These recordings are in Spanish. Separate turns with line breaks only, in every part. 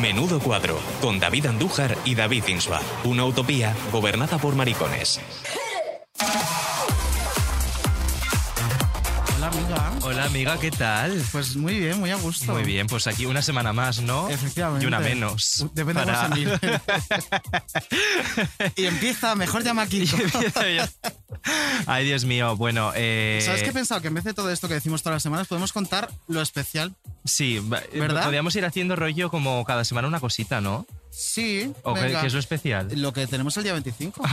Menudo cuadro, con David Andújar y David Insua. Una utopía gobernada por maricones.
Hola, amiga.
Hola amiga, ¿qué tal?
Pues muy bien, muy a gusto.
Muy bien, pues aquí una semana más, ¿no?
Efectivamente.
Y una menos.
U- Depende
Para-
cómo se mire. y empieza, mejor llama a Kiko.
Ay, Dios mío, bueno... eh,
¿Sabes qué he pensado? Que en vez de todo esto que decimos todas las semanas, podemos contar lo especial.
Sí, va- eh,
¿Verdad?
Podríamos ir haciendo rollo como cada semana una cosita, ¿no?
Sí,
¿O qué,
venga.
qué es lo especial?
Lo que tenemos el día 25.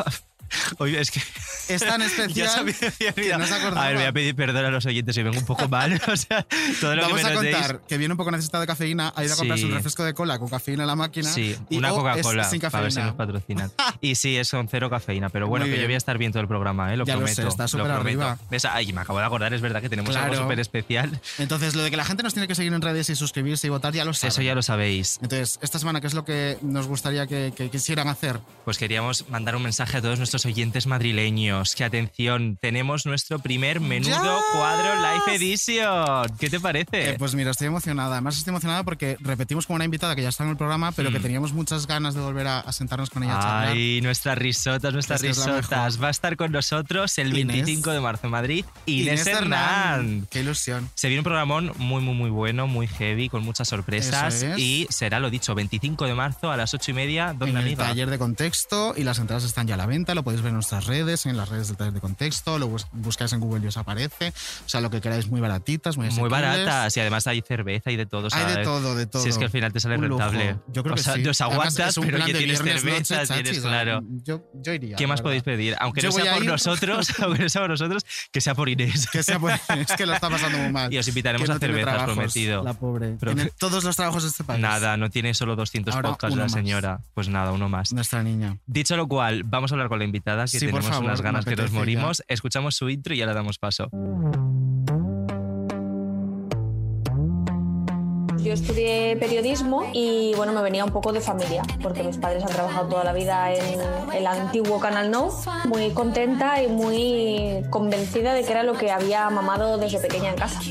Oye, es que...
Es tan
Ya
especial.
sabía, ya
que
había-
no se acordaba.
a ver, voy a pedir perdón a los oyentes si vengo un poco mal. O sea, todo lo
Vamos
que me
a
nos deis-
contar que viene un poco necesitada de cafeína, ha ido a comprarse
Sí.
un refresco de cola con cafeína en la máquina.
Sí,
y
una
o es
Coca-Cola
Sin
para ver si nos
cafeína.
patrocinan. Y sí, es con cero cafeína, pero bueno,
Muy
que yo
bien.
voy a estar bien todo el programa, ¿eh? lo
Ya lo sé,
prometo.
está súper
lo prometo.
arriba.
¿Ves? Ay, me acabo de acordar, es verdad que tenemos algo
Claro.
súper especial.
Entonces, lo de que la gente nos tiene que seguir en redes y suscribirse y votar, ya lo sé.
Eso ya lo sabéis.
Entonces, esta semana, ¿qué es lo que nos gustaría que, que quisieran hacer?
Pues queríamos mandar un mensaje a todos nuestros oyentes madrileños. Que atención, tenemos nuestro primer menudo
¡Yes!
cuadro Live Edition. ¿Qué te parece?
Eh, pues mira, estoy emocionada. Además, estoy emocionada porque repetimos con una invitada que ya está en el programa, pero que teníamos muchas ganas de volver a, a sentarnos con ella a charlar.
Mm. Ay, nuestras risotas, nuestras
Es que Este es la
risotas. Va a estar con nosotros el
Inés.
25 de marzo en Madrid, Inés, Hernán.
Qué ilusión.
Se viene un programón muy, muy, muy bueno, muy heavy, con muchas sorpresas.
Eso es.
Y será lo dicho, 25 de marzo a las 8 y media, ¿dónde,
en el
amiga?
taller de contexto y las entradas están ya a la venta, lo podéis ver en nuestras redes, en las redes del taller de contexto, lo bus- buscáis en Google y os aparece. O sea, lo que queráis, muy baratitas, muy
Muy
asequibles.
baratas y además hay cerveza y de todo. o sea,
Hay de todo, de todo.
Si es que al final te sale
Un lujo.
rentable.
Yo creo
O
que
sea,
sí.
Te os
Además,
aguantas,
es un
pero
plan
que
de
tienes
viernes noche,
cervezas,
chachis,
tienes,
o sea,
claro.
Yo, yo iría.
¿Qué
la
más
verdad.
podéis pedir? Aunque
Yo
no
voy
sea
a
por
ir.
nosotros, aunque no sea por nosotros, que sea por Inés.
Que sea bueno, es que lo está pasando muy mal.
Y os invitaremos
que
a
no tiene
cervezas,
trabajos,
prometido.
La pobre.
Pero-
Tiene todos los trabajos de este país.
Nada, no tiene solo 200
Ahora,
podcasts
uno
la
más.
señora. Pues nada, uno más.
Nuestra niña.
Dicho lo cual, vamos a hablar con la invitada, que
Sí, por
tenemos
favor,
unas
me
ganas que nos
apetece ya.
morimos. Escuchamos su intro y ya le damos paso.
Yo estudié periodismo y bueno, me venía un poco de familia, porque mis padres han trabajado toda la vida en el antiguo Canal No, muy contenta y muy convencida de que era lo que había mamado desde pequeña en casa.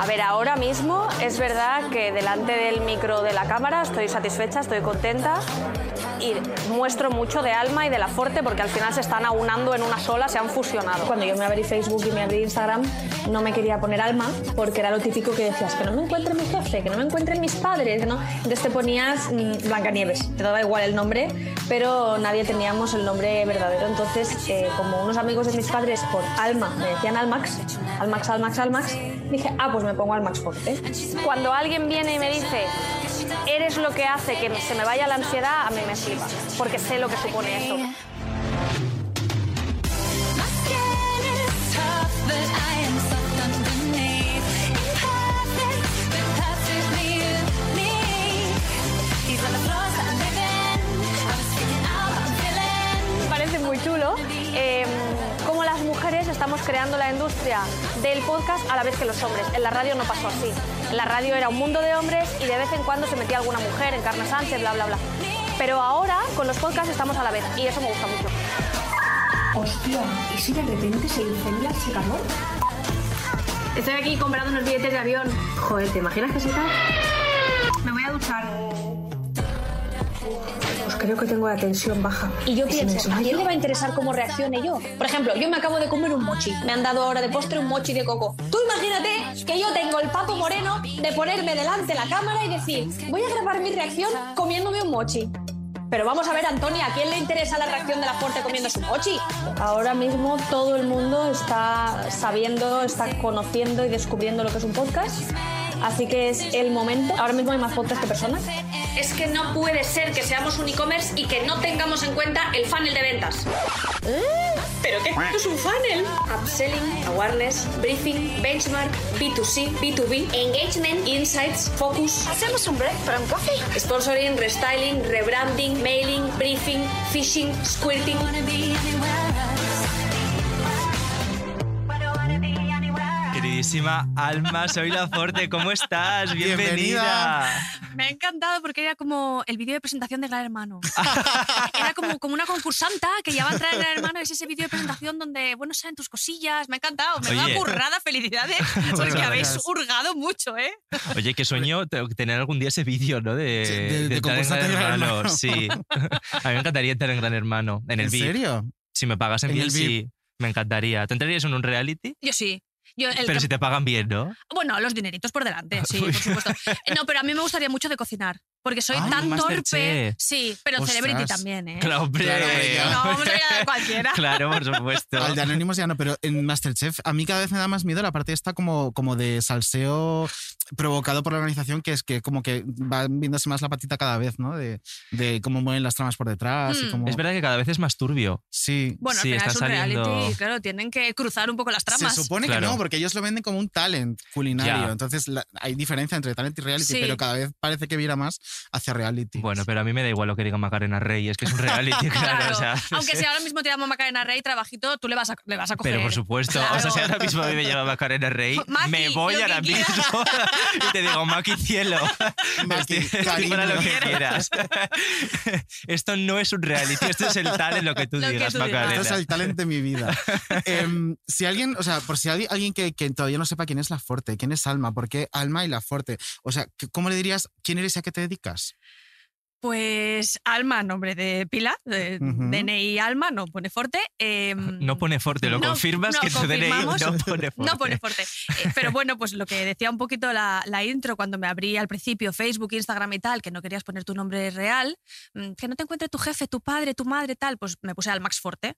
A ver, ahora mismo es verdad que delante del micro de la cámara estoy satisfecha, estoy contenta y muestro mucho de alma y de la fuerte porque al final se están aunando en una sola, se han fusionado. Cuando yo me abrí Facebook y me abrí Instagram, no me quería poner alma porque era lo típico que decías, que no me encuentre mi jefe, que no me encuentren mis padres, que ¿no? Entonces te ponías mm, Blancanieves, te daba igual el nombre, pero nadie teníamos el nombre verdadero. Entonces, eh, como unos amigos de mis padres por Alma me decían Almax, Almax, Almax, Almax, dije, ah, pues me pongo Almax Forte. Cuando alguien viene y me dice, eres lo que hace que se me vaya la ansiedad, a mí me flipa, porque sé lo que supone eso. Me parece muy chulo eh, cómo las mujeres estamos creando la industria del podcast a la vez que los hombres. En la radio no pasó así. En la radio era un mundo de hombres y de vez en cuando se metía alguna mujer, en Carmen Sánchez, bla, bla, bla. Pero ahora con los podcasts estamos a la vez y eso me gusta mucho.
Hostia, ¿y si de repente se incendia el secador?
Estoy aquí comprando unos billetes de avión. Joder, ¿te imaginas que se cae? Me voy a duchar. Pues creo que tengo la tensión baja. Y yo pienso, ¿a quién le va a interesar cómo reaccione yo? Por ejemplo, yo me acabo de comer un mochi. Me han dado ahora de postre un mochi de coco. Tú imagínate que yo tengo el papo moreno de ponerme delante de la cámara y decir, voy a grabar mi reacción comiéndome un mochi. Pero vamos a ver, Antonia, ¿a quién le interesa la reacción de la fuerte comiendo su mochi? Ahora mismo todo el mundo está sabiendo, está conociendo y descubriendo lo que es un podcast. Así que es el momento. Ahora mismo hay más podcasts que personas. Es que no puede ser que seamos un e-commerce y que no tengamos en cuenta el funnel de ventas. ¿Pero qué es un funnel? Upselling, awareness, briefing, benchmark, B2C, B2B, engagement, insights, focus. ¿Hacemos un break para un coffee? Sponsoring, restyling, rebranding, mailing, briefing, fishing, squirting.
Queridísima Alma, soy la Forte, ¿cómo estás? Bienvenida.
Me ha encantado porque era como el vídeo de presentación de Gran Hermano. Era como, como una concursanta que ya va a entrar en Gran Hermano. Es ese vídeo de presentación donde, bueno, salen tus cosillas. Me ha encantado. Me
Oye.
da currada. Felicidades. Porque
Muchas
habéis
gracias.
hurgado mucho, ¿eh?
Oye, qué sueño te- tener algún día ese vídeo, ¿no? De,
Sí, de-
estar
de
en
concursante
Gran
de Gran
Hermano.
Hermano.
Sí. A mí me encantaría estar en Gran Hermano. En el
¿En
VIP.
serio?
Si me pagas en,
En
VIP,
el
sí. Me encantaría. ¿Te entrarías en un reality?
Yo sí. Yo, el
Pero
cam-
si te pagan bien, ¿no?
Bueno, los dineritos por delante, sí, por supuesto. No, pero a mí me gustaría mucho de cocinar. Porque soy
Ah,
tan torpe.
Masterchef.
Sí, pero
Ostras.
Celebrity también, ¿eh?
Claro, hombre.
Claro, hombre, ya.
No, vamos a mirar a cualquiera.
Claro, por supuesto.
Al de Anónimos ya no, pero en Masterchef a mí cada vez me da más miedo la parte esta como, como de salseo provocado por la organización, que es que como que va viéndose más la patita cada vez, ¿no? De, de cómo mueven las tramas por detrás y
Mm.
cómo...
Es verdad que cada vez es más turbio.
Sí.
Bueno,
Sí,
al final
está
es un reality,
saliendo-
claro, tienen que cruzar un poco las tramas.
Se supone
Claro.
que no, porque ellos lo venden como un talent culinario.
Ya.
Entonces la- hay diferencia entre talent y reality,
Sí.
pero cada vez parece que vira más hacia reality.
Bueno, pero a mí me da igual lo que diga Macarena Rey, es que es un reality, claro.
Claro.
o sea,
Aunque si ahora mismo te llamo Macarena Rey, trabajito, tú le vas a, le vas a coger.
Pero por supuesto,
Claro.
o sea, si ahora mismo a mí me llama Macarena Rey,
Maki,
me voy
lo que
ahora
quieras.
mismo y te digo, Maki cielo,
Maki,
estoy- estoy
cariño.
para lo que quieras. esto no es un reality, esto es el tal en lo que tú
Lo que
digas,
tú digas.
Macarena.
Esto es el talent de mi vida. Em, si alguien, o sea, por si hay alguien que, que todavía no sepa quién es La Forte, quién es Alma, por qué Alma y La Forte, o sea, que- ¿cómo le dirías quién eres y a qué te dedicas?
Pues Alma, nombre de pila, de
Ujú.
DNI Alma, no pone fuerte. eh,
No pone fuerte, lo
No,
confirmas
no,
que tu DNI
confirmamos.
no pone fuerte.
No pone fuerte. Eh, pero bueno, pues lo que decía un poquito la, la intro cuando me abrí al principio Facebook, Instagram y tal, que no querías poner tu nombre real, mm, que no te encuentre tu jefe, tu padre, tu madre, tal, pues me puse al Max Forte.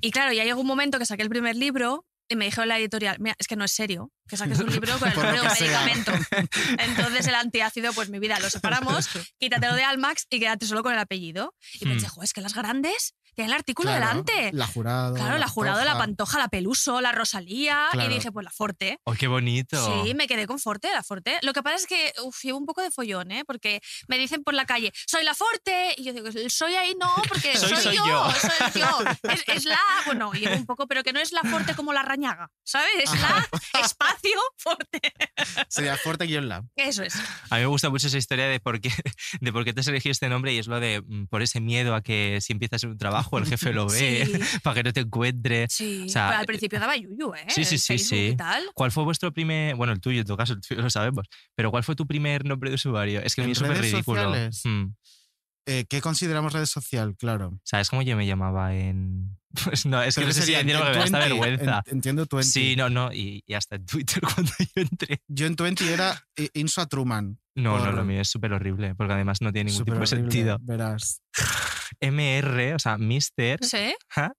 Y claro, ya llegó un momento que saqué el primer libro y me dijo la editorial, mira, es que no es serio que saques un libro con el
Por lo
nombre de un
que sea.
medicamento. Entonces el antiácido, pues mi vida, lo separamos, quítatelo de Almax y quédate solo con el apellido. Y
Hmm.
pensé, joder, es que las grandes tienen el artículo
Claro,
delante.
La jurado.
Claro, la jurado, la
Pantoja.
pantoja, la peluso, la rosalía.
Claro.
Y dije, pues la forte.
Oh, qué bonito.
Sí, me quedé con Forte, la Forte. Lo que pasa es que uf, llevo un poco de follón, ¿eh? Porque me dicen por la calle, soy la Forte. Y yo digo, soy ahí no, porque
Soy-
soy,
soy
yo,
yo.
soy yo. Es, es la, bueno, llevo un poco, pero que no es la Forte como la Rañaga, ¿sabes? Es la, espacio, Forte.
Sería Forte guión la.
Eso es.
A mí me gusta mucho esa historia de por qué, de por qué te has elegido este nombre y es lo de mm, por ese miedo a que si empiezas un trabajo el jefe lo ve, para que no te encuentre.
Sí,
O sea, eh,
pero al principio daba yuyu, ¿eh?
sí, sí,
En
sí,
Facebook
sí.
y tal.
¿Cuál fue vuestro primer, bueno, el tuyo en tu caso, el tuyo lo sabemos, pero cuál fue tu primer nombre de usuario? Es que a mí
¿En
es súper
redes
ridículo.
sociales?
Mm.
Eh, ¿Qué consideramos red social? Claro.
¿Sabes cómo yo me llamaba en...? Pues no, es que
Creo
no sé si
sería
entiendo porque me da hasta
20,
vergüenza.
en- entiendo 20.
Sí, no, no, y, y hasta en Twitter cuando yo entré.
Yo en 20 era eh, Insua Truman.
No, no, lo
Por-
mío es súper horrible, porque además no tiene ningún tipo de
Superhorrible,
sentido.
Verás.
MR, o sea, Mister,
Sí.
¿ja?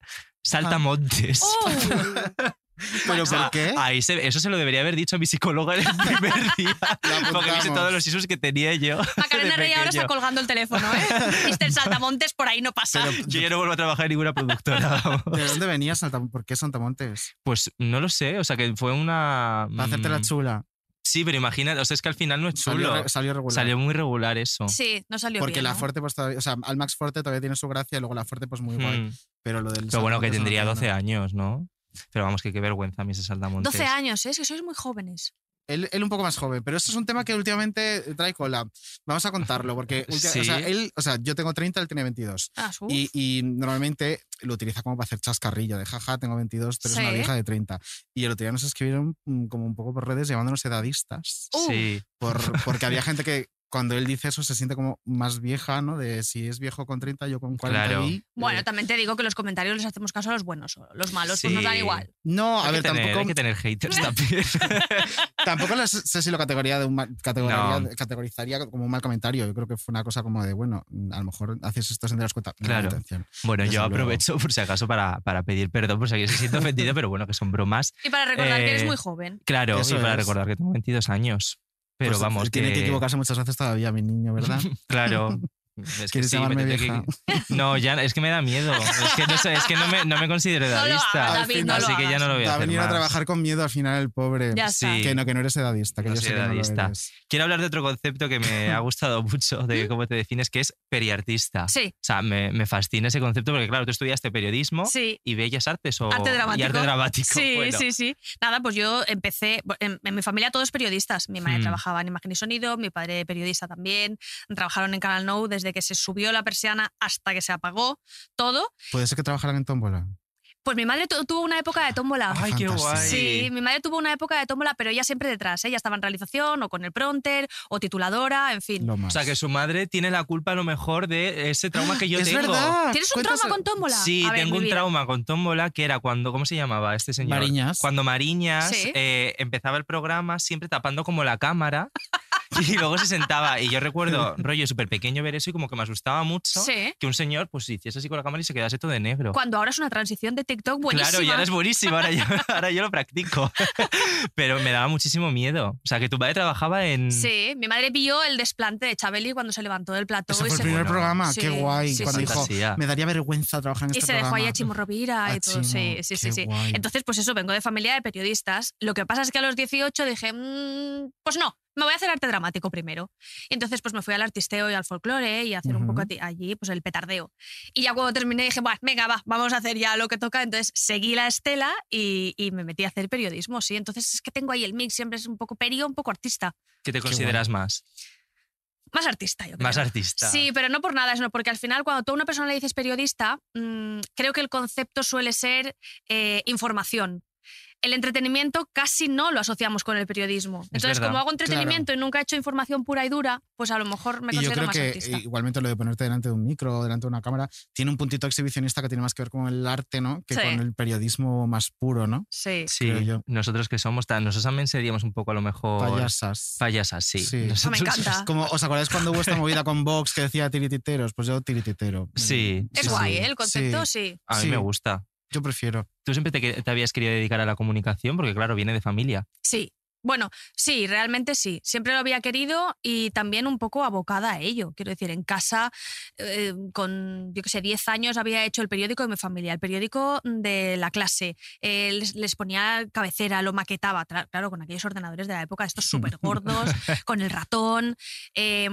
Saltamontes.
¡Oh!
¿Pero
O sea,
por qué?
Ahí se- eso se lo debería haber dicho a mi psicóloga en el primer día. porque
apuntamos.
viste todos los isos que tenía yo.
Macarena
de
Rey ahora está
pequeño.
colgando el teléfono, ¿eh? Mister Saltamontes por ahí no pasa.
Pero-
Yo ya no vuelvo a trabajar en ninguna productora. vamos.
¿De dónde venías? Santa- ¿Por qué Santamontes?
Pues no lo sé, o sea, que fue una.
Para hacerte la
mm,
chula.
Sí, pero imagínate, o sea, es que al final no es
Salió,
chulo.
re- salió regular.
Salió muy regular eso.
Sí, no salió
Porque
bien.
la
¿no?
Forte, pues todavía. O sea, al Max Forte todavía tiene su gracia, luego la Forte, pues muy guay.
Mm.
Pero lo del.
Pero bueno, que
Saltamontes no
tendría
entiendo.
12 años, ¿no? Pero vamos, que qué vergüenza a mí ese saltamontes.
12 años, ¿eh? es que sois muy jóvenes.
Él, él un poco más joven, pero eso es un tema que últimamente trae cola. Vamos a contarlo, porque. ulti-
Sí.
o, sea, él, o sea, yo tengo 30, él tiene 22.
Ah, su-
Y, y normalmente lo utiliza como para hacer chascarrillo, de jaja, tengo 22, tú eres una
Sí.
vieja de 30. Y el otro día nos escribieron mm, como un poco por redes llamándonos edadistas.
Uh.
Sí.
por- porque había gente que cuando él dice eso se siente como más vieja, ¿no? De si es viejo con 30, yo con 40
Claro.
y...
Bueno, también te digo que los comentarios les hacemos caso a los buenos, solo. los malos pues nos dan
Sí.
igual.
no,
Hay
a
que
ver,
tener- Hay
tampoco,
que tener haters también.
tampoco lo sé sé si lo categoría de un mal- categoría-
No.
categorizaría como un mal comentario. Yo creo que fue una cosa como de, bueno, a lo mejor haces esto sin daros cuenta. No era mi
Claro.
intención.
Bueno,
Desde
yo
luego.
aprovecho por si acaso para, para pedir perdón por si alguien se siente ofendido, pero bueno, que son bromas.
Y para recordar
Eh,
que eres muy joven.
Claro,
Eso
y para
es.
recordar que tengo 22 años. Pero
Pues,
vamos,
Tiene que
que-
equivocarse muchas veces todavía mi niño, ¿verdad?
Claro. Es que
¿Quieres
sí, me
llamarme
tendría
vieja?
que- No, ya, es que me da miedo. Es que no, sé, es que no, me, no me considero
No lo
edadista.
hagas,
David, no lo
así que ya
hagas.
no lo voy a
Va a
hacer
venir a
más.
trabajar con miedo al final, el pobre.
Ya está.
Sí.
Que no, que no eres edadista, que
No
yo
soy
sé que no lo
edadista.
eres.
Quiero hablar de otro concepto que me ha gustado mucho, de cómo te defines, que es periartista.
Sí,
O sea, me, me fascina ese concepto porque, claro, tú estudiaste periodismo
sí.
y bellas artes o
Arte
y
dramático.
arte dramático.
Sí,
bueno.
sí, sí. Nada, pues yo empecé, en, en mi familia todos periodistas. Mi madre
Hmm.
trabajaba en imagen y sonido, mi padre periodista también. Trabajaron en Canal Now desde que se subió la persiana hasta que se apagó todo.
Puede ser que trabajaran en tómbola.
Pues mi madre tu- tuvo una época de tómbola.
Ay, qué
Fantástico.
guay.
Sí, mi madre tuvo una época de tómbola, pero ella siempre detrás. Ella estaba en realización o con el pronter o tituladora, en fin.
Lo
O
más.
sea, que su madre tiene la culpa a lo mejor de ese trauma que yo
es
tengo.
verdad.
¿Tienes un
Cuéntase-
trauma con tómbola?
Sí,
A ver,
tengo
mi
un
vida.
trauma con Tómbola que era cuando, ¿cómo se llamaba este señor?
Mariñas.
Cuando Mariñas
Sí.
eh, empezaba el programa siempre tapando como la cámara y luego se sentaba. Y yo recuerdo, rollo súper pequeño, ver eso y como que me asustaba mucho
Sí.
que un señor pues hiciese así con la cámara y se quedase todo de negro.
Cuando ahora es una transición de TikTok buenísima.
Claro, ya eres buenísimo, ahora yo, ahora yo lo practico. Pero me daba muchísimo miedo. O sea, que tu padre trabajaba
mm.
en...
Sí, mi madre pilló el desplante de Chabeli cuando se levantó del plató
Ese fue
y
el
se,
primer
Bueno,
programa, qué
sí,
guay.
sí,
cuando
sí.
dijo,
Fantasía.
me daría vergüenza trabajar en
y
este
se dejó
programa.
ahí a Chimo Rovira
A
y todo. Sí,
Chimo,
sí,
qué
sí. sí.
guay.
Entonces, pues eso, vengo de familia de periodistas. Lo que pasa es que a los 18 dije, "Mm, pues no, me voy a hacer arte dramático primero. Y entonces, pues me fui al artisteo y al folclore y a hacer un poco
Ujú.
ti- allí, pues el petardeo. Y ya cuando terminé dije, "Buah, venga, va, vamos a hacer ya lo que toca. Entonces seguí la estela y, y me metí a hacer periodismo, sí. Entonces es que tengo ahí el mix, siempre es un poco perio, un poco artista.
¿Qué te consideras más?
Más artista, yo creo.
Más artista.
Sí, pero no por nada, sino porque al final cuando tú a una persona le dices periodista, mm, creo que el concepto suele ser eh, información. El entretenimiento casi no lo asociamos con el periodismo. Entonces,
verdad,
como hago entretenimiento y nunca he hecho información pura y dura, pues a lo mejor me
y yo
considero
creo
más
que
artista.
eh, igualmente lo de ponerte delante de un micro o delante de una cámara tiene un puntito exhibicionista que tiene más que ver con el arte, ¿no? Que
Sí.
con el periodismo más puro, ¿no?
Sí.
Sí,
creo yo.
nosotros que somos tan... Nosotros también seríamos un poco a lo mejor...
Payasas.
Payasas, sí.
Sí.
Eso me
Nosotros-
encanta.
Como, ¿Os acordáis cuando hubo esta movida con Vox que decía tirititeros? Pues yo tirititero.
Sí,
Es
sí,
guay,
sí.
¿eh? El concepto,
Sí,
sí.
A mí
Sí.
me gusta.
Yo prefiero. Ah,
¿Tú siempre te, que- te habías querido dedicar a la comunicación? Porque claro, viene de familia.
Sí. Bueno, sí, realmente sí. Siempre lo había querido y también un poco abocada a ello. Quiero decir, en casa, eh, con, yo qué sé, 10 años había hecho el periódico de mi familia, el periódico de la clase. Eh, les, les ponía cabecera, lo maquetaba, tra- claro, con aquellos ordenadores de la época, estos súper gordos, con el ratón. Eh,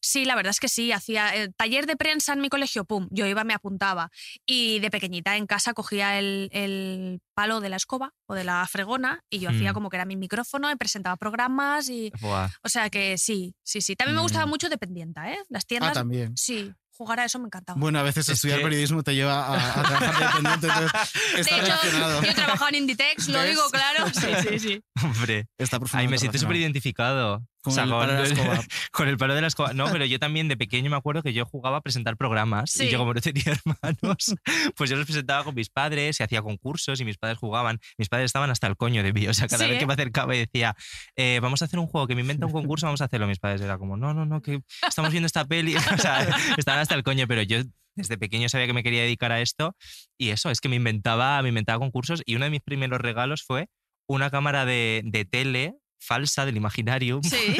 sí, la verdad es que sí. Hacía eh, taller de prensa en mi colegio, pum, yo iba, me apuntaba. Y de pequeñita en casa cogía el, el palo de la escoba o de la fregona y yo hacía
Mm.
como que era mi micrófono y presentaba programas y...
Buah.
O sea que sí, sí, sí. También me gustaba
Mm.
mucho Dependienta, ¿eh? Las
Ah,
tiendas...
también.
sí, jugar a eso me encantaba.
Bueno, a veces
Es
estudiar
que-
periodismo te lleva a, a trabajar de dependiente, entonces
de
está relacionado.
hecho, yo trabajaba en Inditex, lo
¿Ves?
digo claro. Sí, sí, sí.
Hombre,
Está
ahí
profundamente
me siento súper
relacionado.
identificado.
Con
O sea,
el palo de la escoba.
con el palo de la escoba. No, pero yo también de pequeño me acuerdo que yo jugaba a presentar programas. Y
Sí.
yo, como no tenía hermanos, pues yo los presentaba con mis padres y hacía concursos y mis padres jugaban. Mis padres estaban hasta el coño de mí. O sea, cada
Sí,
vez
¿eh?
que me acercaba y decía, eh, vamos a hacer un juego que me inventa un concurso, vamos a hacerlo. Mis padres era como, no, no, no, que estamos viendo esta peli. O sea, estaban hasta el coño, pero yo. Desde pequeño sabía que me quería dedicar a esto y eso, es que me inventaba, me inventaba concursos y uno de mis primeros regalos fue una cámara de, de tele falsa del Imaginarium
Sí.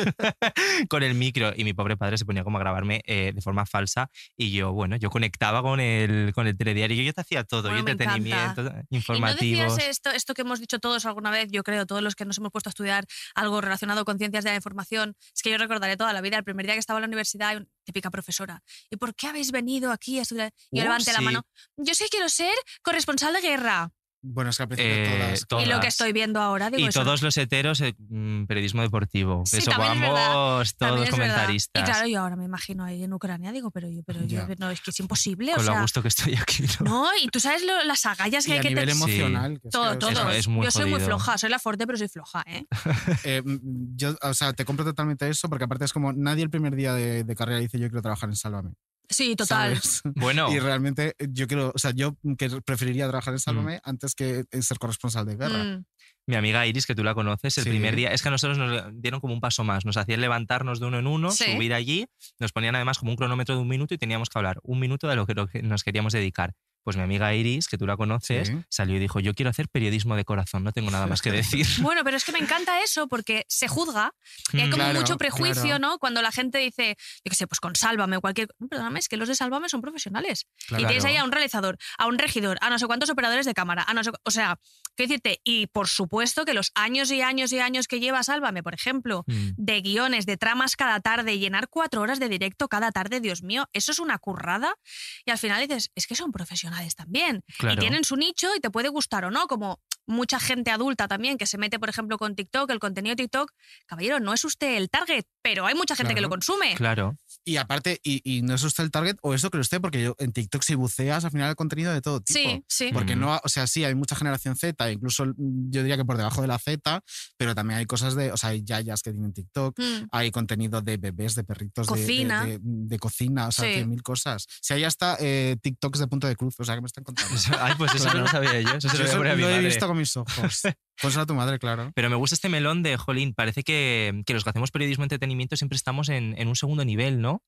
con el micro y mi pobre padre se ponía como a grabarme eh, de forma falsa y yo, bueno, yo conectaba con el, con el telediario, yo, yo te hacía todo,
Bueno,
yo
me
entretenimiento,
¿Y no
informativos.
decías eh, esto, esto que hemos dicho todos alguna vez, yo creo, todos los que nos hemos puesto a estudiar algo relacionado con ciencias de la información? Es que yo recordaré toda la vida, el primer día que estaba en la universidad, una típica profesora. ¿Y por qué habéis venido aquí a estudiar? Y yo
Uh,
levanté la
sí.
mano. Yo sí quiero ser corresponsal de guerra.
Bueno, es que al principio
Eh,
todas.
todo.
Y lo
Todas.
que estoy viendo ahora, digo,
y
eso
todos los heteros, eh, mm, periodismo deportivo.
Sí,
Eso,
también es verdad,
vamos,
también
todos
es verdad.
comentaristas.
Y claro, yo ahora me imagino ahí en Ucrania, digo, pero yo, pero yo,
Ya.
no, es que es imposible.
con
o
lo a
sea,
gusto que estoy aquí. ¿no?
no, y tú sabes lo- las agallas que
Y
hay
a
que
nivel
tener.
emocional. que es
Todo,
que-
todo.
Eso es muy
yo soy muy
jodido.
floja, soy la fuerte, pero soy floja, ¿eh?
Eh, mm, yo, o sea, te compro totalmente eso, porque aparte es como nadie el primer día de, de carrera dice yo quiero trabajar en Sálvame.
Sí, total.
¿sabes?
Bueno,
Y realmente eh, yo quiero, o sea, yo que preferiría
Mm.
trabajar en Sálvame antes que ser corresponsal de guerra.
Mm.
mi amiga Iris, que tú la conoces, el
Sí.
primer día, es que a nosotros nos dieron como un paso más, nos hacían levantarnos de uno en uno,
Sí.
subir allí, nos ponían además como un cronómetro de un minuto y teníamos que hablar un minuto de lo que, lo que nos queríamos dedicar. Pues mi amiga Iris, que tú la conoces,
Sí.
salió y dijo, yo quiero hacer periodismo de corazón, no tengo nada más que decir.
Bueno, pero es que me encanta eso porque se juzga y hay
Mm.
como
Claro,
mucho prejuicio,
claro.
¿no? Cuando la gente dice, yo qué sé, pues con Sálvame o cualquier. No, Perdóname, es que los de Sálvame son profesionales. Y tienes ahí a un realizador, a un regidor, a no sé cuántos operadores de cámara, a no sé. O sea, quiero decirte, y por supuesto que los años y años y años que lleva Sálvame, por ejemplo,
Mm.
de guiones, de tramas cada tarde, llenar cuatro horas de directo cada tarde, Dios mío, eso es una currada. Y al final dices, es que son profesionales también.
Claro.
Y tienen su nicho y te puede gustar o no, como mucha gente adulta también que se mete, por ejemplo, con TikTok, el contenido de TikTok. Caballero, no es usted el target, pero hay mucha gente que
Claro.
lo consume.
Claro.
Y aparte, y, y no es usted el target, o eso cree usted, porque yo, en TikTok si buceas, al final el contenido de todo tipo.
Sí, sí.
Porque
Mm.
no, ha- o sea, sí, hay mucha generación Z, incluso mm, yo diría que por debajo de la Z, pero también hay cosas de, o sea, hay yayas que tienen TikTok,
Mm.
hay contenido de bebés, de perritos, de- de-
Cocina.
De, de cocina, o sea,
Sí.
cien mil cosas. Si hay hasta eh, TikToks de punto de cruz, o sea, que me están contando.
Ay, pues eso no lo sabía yo. Eso se lo
Yo
voy a
eso
poner a mi
lo he
madre.
visto con mis ojos. Pues a tu madre, claro.
Pero me gusta este melón de, jolín, parece que, que los que hacemos periodismo entretenimiento siempre estamos en, en un segundo nivel, ¿no?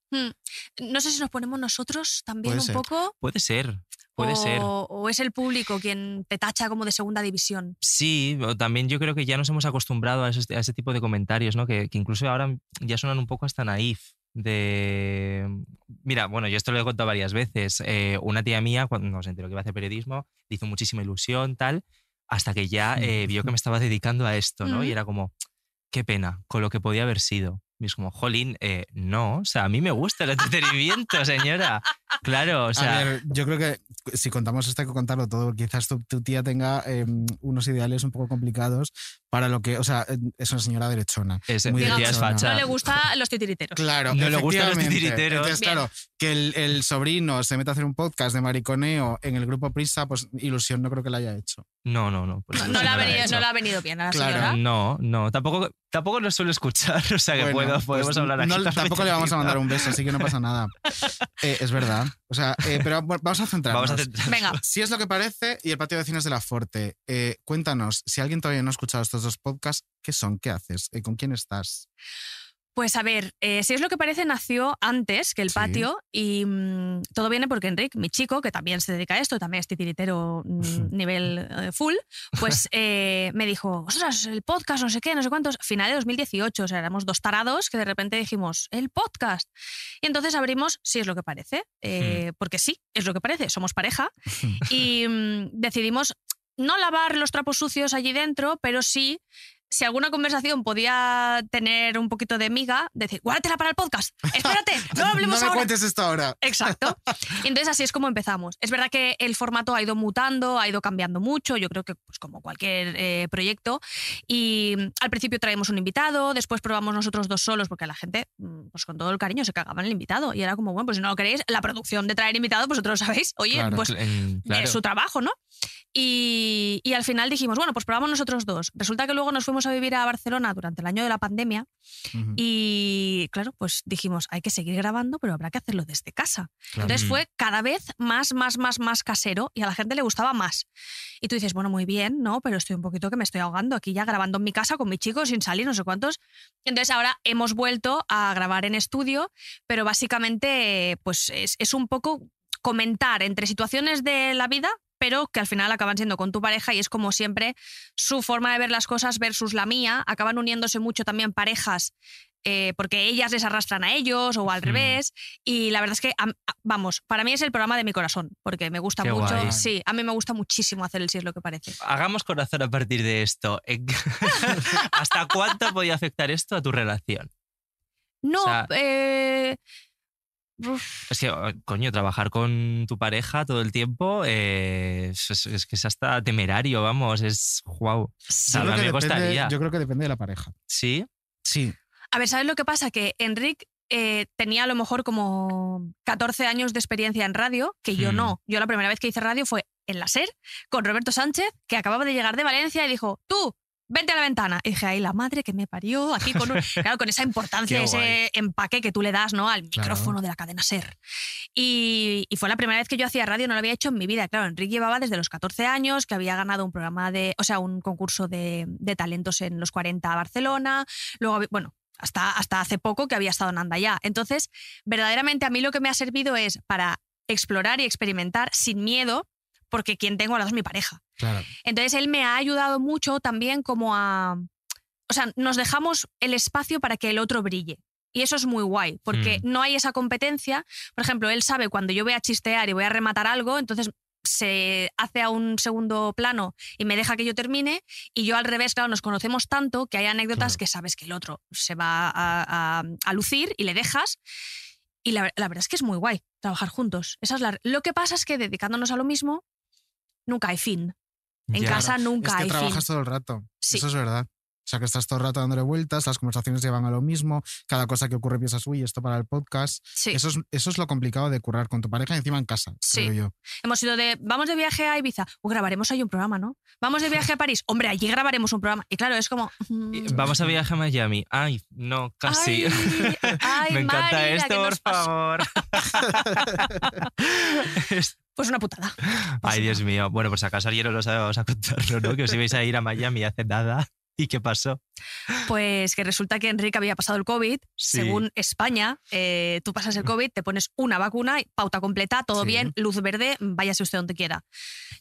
No sé si nos ponemos nosotros también
Puede
un
ser.
poco.
Puede ser, puede
o,
ser.
o es el público quien te tacha como de segunda división.
Sí, o también yo creo que ya nos hemos acostumbrado a, esos- a ese tipo de comentarios, ¿no? Que, que incluso ahora ya suenan un poco hasta naif. De. mm, Mira, bueno, yo esto lo he contado varias veces. Eh, una tía mía, cuando se enteró que iba a hacer periodismo, le hizo muchísima ilusión, tal, hasta que ya eh, vio que me estaba dedicando a esto, ¿no? Y
Ujú.
era como, qué pena, con lo que podía haber sido. Y es como, jolín, eh, no, o sea, a mí me gusta el entretenimiento, señora. Claro, o sea.
a ver, yo creo que si contamos esto hay que contarlo todo. porque Quizás tu, tu tía tenga eh, unos ideales un poco complicados para lo que, o sea, eh, es una señora derechona.
es,
muy
mi tía es
derechona.
facha.
No le gustan los titiriteros.
Claro,
No le gustan los
efectivamente.
titiriteros.
Entonces,
Bien.
claro, que el, el sobrino se meta a hacer un podcast de mariconeo en el grupo Prisa, pues ilusión no creo que la haya hecho.
No, no, no. pues
No,
eso
no le ha
lo he
venido,
hecho.
no le ha venido bien a la
Claro.
señora.
No, no, tampoco, tampoco lo suelo escuchar, o sea que
Bueno,
puedo-
pues
podemos hablar aquí.
no-
también
tampoco le vamos a
encima.
mandar un beso, así que no pasa nada. Eh, es verdad. O sea, eh, pero bueno, vamos a centrarnos.
Vamos a centrarnos.
Venga,
Si es lo que parece, y el patio de vecinos de la Forte, eh, cuéntanos, si alguien todavía no ha escuchado estos dos podcasts, ¿qué son? ¿Qué haces? Eh, ¿Con quién estás?
Pues a ver, eh, si es lo que parece, nació antes que el
Sí.
patio y mm, todo viene porque Enric, mi chico, que también se dedica a esto, también es titiritero mm, nivel eh, full, pues eh, me dijo, ostras, el podcast, no sé qué, no sé cuántos, final de 2018, o sea, éramos dos tarados que de repente dijimos, el podcast. Y entonces abrimos, si es lo que parece,
Hmm.
eh, porque sí, es lo que parece, somos pareja y mm, decidimos no lavar los trapos sucios allí dentro, pero sí, si alguna conversación podía tener un poquito de miga, decir, guárdatela para el podcast, espérate, no lo hablemos
me
ahora.
cuentes esto ahora.
Exacto. Y entonces así es como empezamos. Es verdad que el formato ha ido mutando, ha ido cambiando mucho, yo creo que pues, como cualquier eh, proyecto. Y mm, al principio traemos un invitado, después probamos nosotros dos solos, porque la gente, mm, pues con todo el cariño, se cagaba en el invitado. Y era como, bueno, pues si no lo queréis, la producción de traer invitado, vosotros lo sabéis. Oye,
Claro,
pues
eh,
En-
de
claro.
su trabajo, ¿no? Y, y al final dijimos, bueno, pues probamos nosotros dos. Resulta que luego nos fuimos a vivir a Barcelona durante el año de la pandemia
Ujú,
y, claro, pues dijimos, hay que seguir grabando, pero habrá que hacerlo desde casa.
claro.
Entonces
Ujú.
fue cada vez más, más, más, más casero y a la gente le gustaba más. Y tú dices, bueno, muy bien, ¿no? Pero estoy un poquito que me estoy ahogando aquí ya grabando en mi casa con mis chicos sin salir, no sé cuántos. Entonces ahora hemos vuelto a grabar en estudio, pero básicamente eh, pues es, es un poco comentar entre situaciones de la vida pero que al final acaban siendo con tu pareja y es como siempre su forma de ver las cosas versus la mía. Acaban uniéndose mucho también parejas eh, porque ellas les arrastran a ellos o al
Hmm.
revés. Y la verdad es que, am- a- vamos, para mí es el programa de mi corazón, porque me gusta
Qué
mucho.
guay.
Sí, a mí me gusta muchísimo hacer el sí es lo que parece.
Hagamos corazón a partir de esto. En- ¿Hasta cuánto podía afectar esto a tu relación?
No,
O sea-
eh,
Es que, oh, coño, trabajar con tu pareja todo el tiempo eh, es, es- es que es hasta temerario, vamos, es wow.
Yo creo,
Salva,
que
me
depende,
costaría.
yo creo que depende de la pareja.
Sí,
Sí.
a ver, ¿sabes lo que pasa? Que Enric eh, tenía a lo mejor como 14 años de experiencia en radio, que yo
Hmm.
no. Yo la primera vez que hice radio fue en la SER con Roberto Sánchez, que acababa de llegar de Valencia y dijo, tú. Vente a la ventana. Y dije, ay, la madre que me parió aquí con, un-". claro, con esa importancia,
Qué guay.
ese empaque que tú le das ¿no? al
Claro.
micrófono de la cadena SER. Y, y fue la primera vez que yo hacía radio, no lo había hecho en mi vida. Claro, Enrique llevaba desde los 14 años, que había ganado un programa de, o sea, un concurso de, de talentos en los 40 a Barcelona. Luego, había- bueno, hasta, hasta hace poco que había estado en Andaya. Entonces, verdaderamente a mí lo que me ha servido es para explorar y experimentar sin miedo, porque quien tengo al lado es mi pareja.
Claro.
Entonces él me ha ayudado mucho también como a... O sea, nos dejamos el espacio para que el otro brille. Y eso es muy guay, porque no hay esa competencia. Por ejemplo, él sabe cuando yo voy a chistear y voy a rematar algo, entonces se hace a un segundo plano y me deja que yo termine. Y yo al revés, claro, nos conocemos tanto que hay anécdotas
Claro.
que sabes que el otro se va a, a- a lucir y le dejas. Y la, la verdad es que es muy guay trabajar juntos. Esa es la, lo que pasa es que dedicándonos a lo mismo, nunca hay fin. En
Ya.
casa nunca
es que
hay fin.
trabajas todo el rato.
Sí.
Eso es verdad. O sea, que estás todo el rato dándole vueltas, las conversaciones llevan a lo mismo, cada cosa que ocurre piensas, uy, esto para el podcast.
Sí.
Eso, es, eso es lo complicado de currar con tu pareja encima en casa,
Sí.
creo yo.
Hemos ido de, vamos de viaje a Ibiza. Uy, grabaremos ahí un programa, ¿no? Vamos de viaje a París. Hombre, allí grabaremos un programa. Y claro, es como... mm,
Y Vamos a viaje a Miami. Ay, no, casi.
Ay, ay,
Me encanta
Mari, la que
esto, por
nos pasó.
favor. Es-
Pues una putada.
Ay, Dios mío. Bueno, por si acaso alguien no lo sabe, vamos a contarlo, ¿no? Que os ibais a ir a Miami hace nada. ¿Y qué pasó?
Pues que resulta que Enrique había pasado el COVID.
Sí.
Según España, eh, tú pasas el COVID, te pones una vacuna, pauta completa, todo
Sí.
bien, luz verde, váyase usted donde quiera.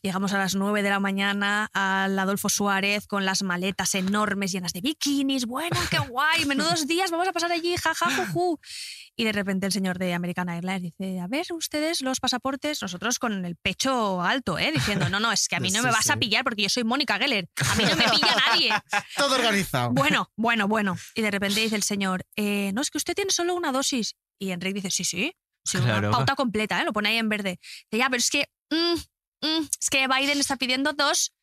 Llegamos a las 9 de la mañana al Adolfo Suárez con las maletas enormes llenas de bikinis. Bueno, qué guay, menudos días, vamos a pasar allí, jaja, juju. Y de repente el señor de American Airlines dice, a ver, ustedes los pasaportes, nosotros con el pecho alto, ¿eh? diciendo, no, no, es que a mí no
Sí,
me vas a
sí.
pillar porque yo soy Mónica Geller, a mí no me pilla nadie.
Todo organizado.
Bueno, bueno, bueno. Y de repente dice el señor, eh, no, es que usted tiene solo una dosis. Y Enrique dice, sí, sí, sí,
Claro.
una pauta completa, ¿eh? lo pone ahí en verde. Dice, ya, pero es que, mm, mm, es que Biden está pidiendo dos.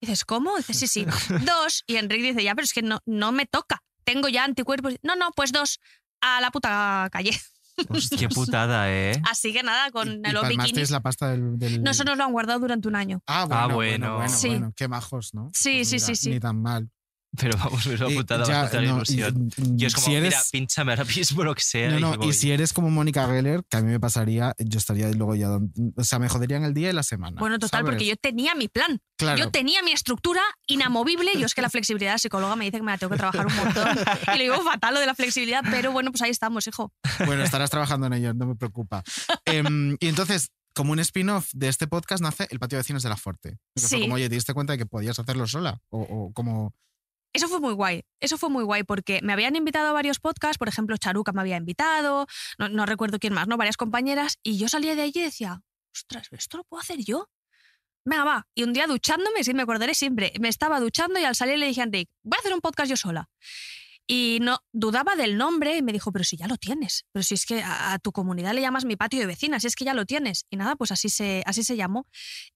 Y dices, ¿cómo? Dice, sí, sí, dos. Y Enrique dice, ya, pero es que no, no me toca. Tengo ya anticuerpos. No, no, pues dos. A la puta calle.
Ostras.
Qué putada, ¿eh?
Así que nada,
Y-
con
y
los
palmasteis
bikinis.
la pasta del... del-
No, eso nos lo han guardado durante un año.
Ah, bueno,
Ah,
bueno,
bueno.
bueno, bueno,
Sí.
Qué majos, ¿no? Pues
Sí, sí, sí, sí.
Ni tan mal.
Pero vamos, es una
Y
putada
ya,
bastante
no,
ilusión.
y- mm,
Yo es como,
si eres,
mira, pínchame ahora mismo lo que sea.
No,
y
no,
me
y
voy.
si eres como Mónica Geller, que a mí me pasaría, yo estaría luego ya. don- O sea, me joderían el día y la semana.
Bueno, total, porque yo tenía mi plan.
Claro.
Yo tenía mi estructura inamovible. Yo es que la flexibilidad de psicóloga me dice que me la tengo que trabajar un montón. Y lo digo fatal lo de la flexibilidad, pero bueno, pues ahí estamos, hijo.
Bueno, estarás trabajando en ello, no me preocupa. Em, y entonces, como un spin-off de este podcast, nace El Patio de Vecinos de la Forte. Que fue
Sí.
como, oye, ¿te diste cuenta de que podías hacerlo sola? O, o como.
Eso fue muy guay. Eso fue muy guay porque me habían invitado a varios podcasts. Por ejemplo, Charuca me había invitado. No, no recuerdo quién más, ¿no? Varias compañeras. Y yo salía de allí y decía, ostras, ¿esto lo puedo hacer yo? Venga, va. Y un día duchándome, sí, me acordaré siempre, me estaba duchando y al salir le dije a Enric, voy a hacer un podcast yo sola. Y no dudaba del nombre y me dijo, pero si ya lo tienes, pero si es que a, a tu comunidad le llamas mi patio de vecinas, es que ya lo tienes. Y nada, pues así se, así se llamó.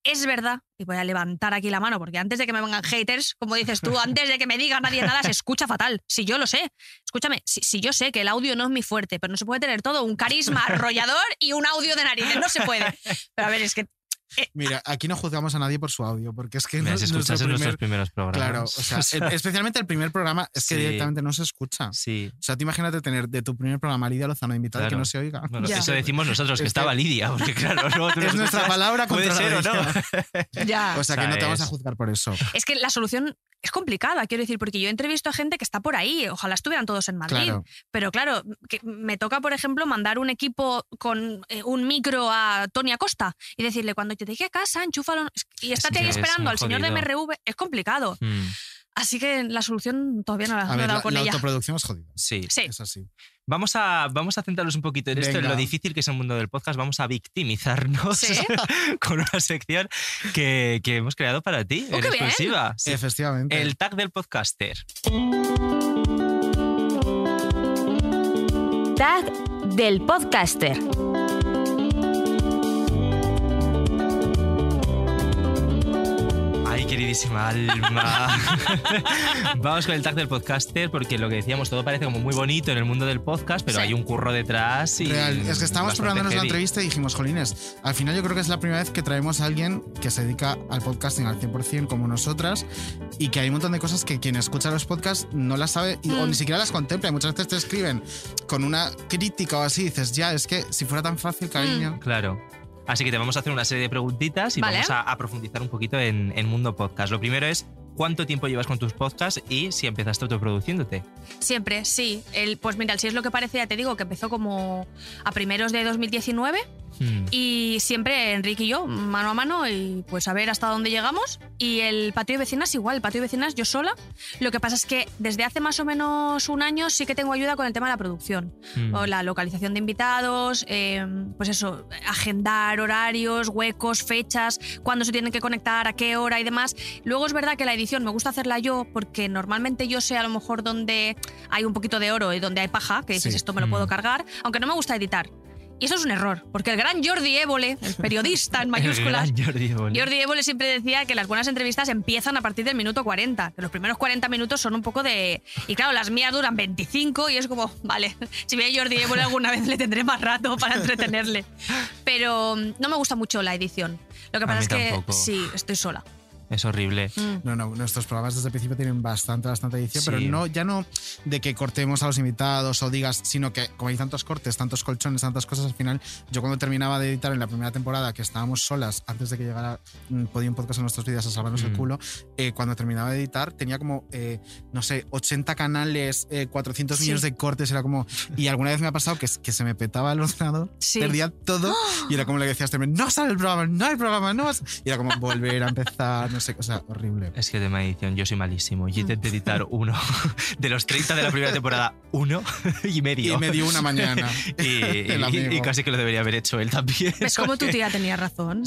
Es verdad, y voy a levantar aquí la mano, porque antes de que me vengan haters, como dices tú, antes de que me diga nadie nada, se escucha fatal. Si yo lo sé, escúchame, si, si yo sé que el audio no es mi fuerte, pero no se puede tener todo un carisma arrollador y un audio de narices, no se puede. Pero a ver, es que
Mira, aquí no juzgamos a nadie por su audio, porque es que.
Me
no-
las escuchas
nuestro
en
primer-
nuestros primeros programas.
Claro, o sea, el- especialmente el primer programa es que
Sí.
directamente no se escucha. O
sí.
sea, te imagínate tener de tu primer programa a Lidia Lozano invitada que
Claro.
no se oiga.
Bueno,
Ya.
eso decimos nosotros, que
Es que-
estaba Lidia, porque claro, no, tú no
Es nuestra
escuchas.
palabra
Puede
contra
ser
la
o no.
de ella.
ya.
O sea, que no te vamos a
¿Sabes?
juzgar por eso.
Es que la solución es complicada, quiero decir, porque yo entrevisto a gente que está por ahí, ojalá estuvieran todos en Madrid.
Claro.
Pero claro, que me toca, por ejemplo, mandar un equipo con eh, un micro a Tony Acosta y decirle, cuando te llegue a casa, enchúfalo y estate
que
ahí
es
esperando
muy
al señor de
jodido.
MRV. Es complicado.
Mm,
Así que la solución todavía no la no
A
he
ver,
dado
la,
con
la
ella.
autoproducción es jodida.
sí.
Sí,
Es así.
Vamos a, vamos a centrarnos un poquito en esto, en
Venga.
lo difícil que es el mundo del podcast. Vamos a victimizarnos
Sí.
con una sección que, que hemos creado para ti,
Oh,
en
qué bien.
exclusiva. Sí.
Efectivamente.
El tag del podcaster.
Tag del podcaster.
Ay, queridísima alma. Vamos con el tag del podcaster, porque lo que decíamos, todo parece como muy bonito en el mundo del podcast, pero
Sí.
hay un curro detrás y.
Real. Es que estábamos
bastante
programándonos la
heavy.
entrevista y dijimos, jolines, al final yo creo que es la primera vez que traemos a alguien que se dedica al podcasting al 100% como nosotras y que hay un montón de cosas que quien escucha los podcasts no las sabe y- o
Mm.
ni siquiera las contempla. Y muchas veces te escriben con una crítica o así y dices, ya, es que si fuera tan fácil, cariño.
Claro. Así que te vamos a hacer una serie de preguntitas y
Vale.
vamos a, a profundizar un poquito en, en Mundo Podcast. Lo primero es, ¿cuánto tiempo llevas con tus podcasts y si empezaste autoproduciéndote?
siempre, sí. El, pues mira, el sí es lo que parece, ya te digo, que empezó como a primeros de 2019
Mm.
Y siempre Enrique y yo, mano a mano, y pues a ver hasta dónde llegamos. Y el patio de vecinas igual, el patio de vecinas yo sola. Lo que pasa es que desde hace más o menos un año sí que tengo ayuda con el tema de la producción.
Mm.
O la localización de invitados, eh, pues eso, agendar horarios, huecos, fechas, cuándo se tienen que conectar, a qué hora y demás. Luego es verdad que la edición me gusta hacerla yo porque normalmente yo sé a lo mejor dónde hay un poquito de oro y dónde hay paja, que dices
Sí.
esto me lo
Mm.
puedo cargar, aunque no me gusta editar. Y eso es un error, porque el gran Jordi Évole, el periodista en mayúsculas,
El gran Jordi Évole.
Jordi Évole siempre decía que las buenas entrevistas empiezan a partir del minuto 40, que los primeros 40 minutos son un poco de... Y claro, las mías duran 25 y es como, vale, si viene Jordi Évole alguna vez le tendré más rato para entretenerle. Pero mm, no me gusta mucho la edición. Lo que
A
pasa
mí
es que
tampoco.
sí, estoy sola.
Es horrible.
Mm.
No, no, nuestros programas desde el principio tienen bastante, bastante edición,
Sí.
pero no, ya no de que cortemos a los invitados o digas, sino que como hay tantos cortes, tantos colchones, tantas cosas, al final, yo cuando terminaba de editar en la primera temporada, que estábamos solas antes de que llegara mm, Podium Podcast en nuestros vídeos a salvarnos el
Mm.
culo, eh, cuando terminaba de editar tenía como, eh, no sé, 80 canales, eh, 400
Sí.
millones de cortes, era como, y alguna vez me ha pasado que, que se me petaba el ordenador
Sí.
perdía todo y era como le decías Carmen, no sale el programa no hay programa no vas-". y era como volver a empezar no sé o sea horrible
Es que tema de edición, yo soy malísimo. Yo intenté
Hmm.
editar uno de los 30 de la primera temporada, uno y medio.
y me dio una mañana
Y- y-
El amigo.
y casi que lo debería haber hecho él también.
¿Ves cómo tu
porque-
tía tenía razón?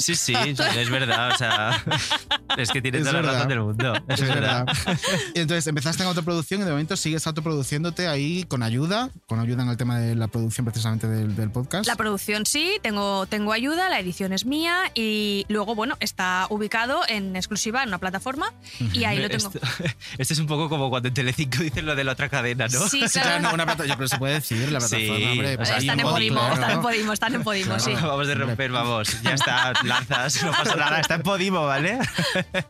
Sí, sí, es verdad. O sea, es que tiene
Es
toda la
verdad.
razón del mundo. Es,
es verdad Y entonces empezaste en autoproducción y de momento sigues autoproduciéndote ahí con ayuda con ayuda en el tema de la producción precisamente del, del podcast
La producción sí, tengo, tengo ayuda, la edición es mía y luego, bueno, está ubicado en exclusiva en una plataforma y ahí lo tengo.
Esto, esto es un poco como cuando en Telecinco dicen lo de la otra cadena, ¿no?
Sí,
Sí,
claro.
claro, no, una plata- ya, pero se puede decir la
Sí.
plataforma hombre,
O
pues
sea,
ahí
están en
Podimo,
Podimo,
claro.
están en Podimo, están en Podimo, sí.
Claro.
Vamos de romper, vamos. Ya está, lanzas, no pasa nada. Está en Podimo, ¿vale?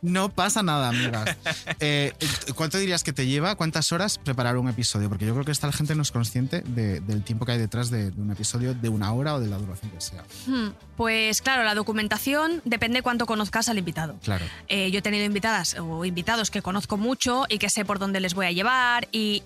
No pasa nada, amigas. Eh, ¿Cuánto dirías que te lleva, cuántas horas preparar un episodio? Porque yo creo que esta gente no es consciente de- del tiempo que hay detrás de, de un episodio de una hora o de la duración que sea.
Hmm, Pues claro, la documentación depende cuánto conozcas al invitado.
Claro.
Eh, yo he tenido invitadas o invitados que conozco mucho y que sé por dónde les voy a llevar y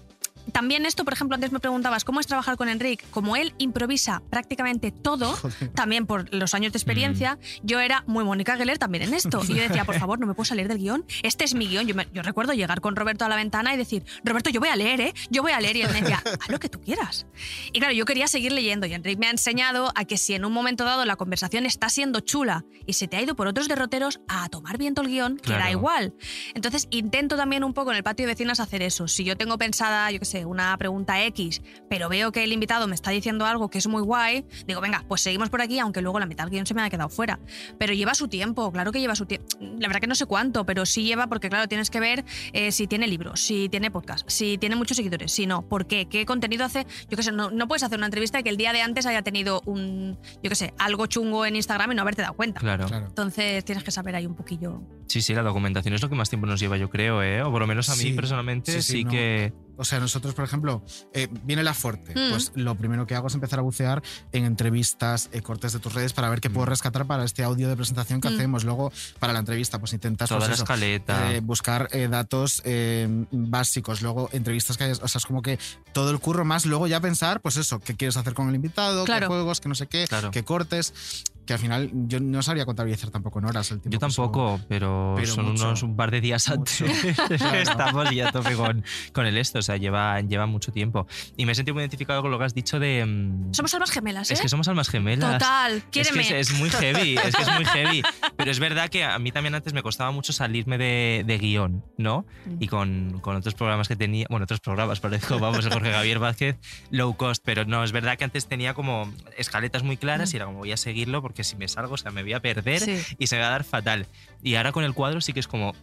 también esto, por ejemplo, antes me preguntabas cómo es trabajar con Enric. Como él improvisa prácticamente todo,
Joder.
también por los años de experiencia, yo era muy Mónica Geller también en esto. Y yo decía, por favor, no me puedo salir del guión. Este es mi guión. Yo, me- yo recuerdo llegar con Roberto a la ventana y decir, Roberto, yo voy a leer, ¿eh? Yo voy a leer. Y él me decía, haz lo que tú quieras. Y claro, yo quería seguir leyendo. Y Enrique me ha enseñado a que si en un momento dado la conversación está siendo chula y se te ha ido por otros derroteros, a tomar viento el guión, que da
Claro.
igual. Entonces intento también un poco en el patio de vecinas hacer eso. Si yo tengo pensada, yo qué sé, una pregunta X, pero veo que el invitado me está diciendo algo que es muy guay, digo, venga, pues seguimos por aquí, aunque luego la mitad del guión se me ha quedado fuera. Pero lleva su tiempo, claro que lleva su tiempo. La verdad que no sé cuánto, pero sí lleva, porque claro, tienes que ver eh, si tiene libros, si tiene podcast, si tiene muchos seguidores, si no, ¿por qué? ¿Qué contenido hace? Yo qué sé, no, no puedes hacer una entrevista y que el día de antes haya tenido un, yo qué sé, algo chungo en Instagram y no haberte dado cuenta.
Claro.
Claro.
Entonces tienes que saber ahí un poquillo.
Sí, sí, la documentación es lo que más tiempo nos lleva, yo creo, ¿eh? O por lo menos a mí
Sí.
personalmente sí,
Sí, sí, no.
que.
O sea, nosotros, por ejemplo, eh, viene la fuerte.
Mm.
Pues lo primero que hago es empezar a bucear en entrevistas, eh, cortes de tus redes para ver
Mm.
qué puedo rescatar para este audio de presentación que
Mm.
hacemos. Luego, para la entrevista, pues intentas
Toda
pues,
la
eso,
escaleta.
eh, buscar eh, datos eh, básicos, luego entrevistas que hayas, o sea, es como que todo el curro más, luego ya pensar, pues eso, qué quieres hacer con el invitado,
Claro.
qué juegos, qué no sé qué,
Claro.
qué cortes, que al final yo no sabría contabilizar tampoco en horas el tiempo.
Yo
que eso-
tampoco, pero,
pero
son
mucho.
unos un par de días
Mucho.
antes. Estamos ya a tope con, con el esto, o sea, lleva, lleva mucho tiempo. Y me he sentido muy identificado con lo que has dicho de. mm,
Somos almas gemelas, ¿eh?
Es que somos almas gemelas.
Total, quiéreme.
Es que es, es muy heavy, es que es muy heavy. Pero es verdad que a mí también antes me costaba mucho salirme de, de guión, ¿no?
Mm.
Y con, con otros programas que tenía, bueno, otros programas, parezco, vamos, el Jorge Javier Vázquez, low cost, pero no, es verdad que antes tenía como escaletas muy claras y era como voy a seguirlo porque si me salgo, o sea, me voy a perder
Sí.
y se me va a dar fatal. Y ahora con el cuadro sí que es como,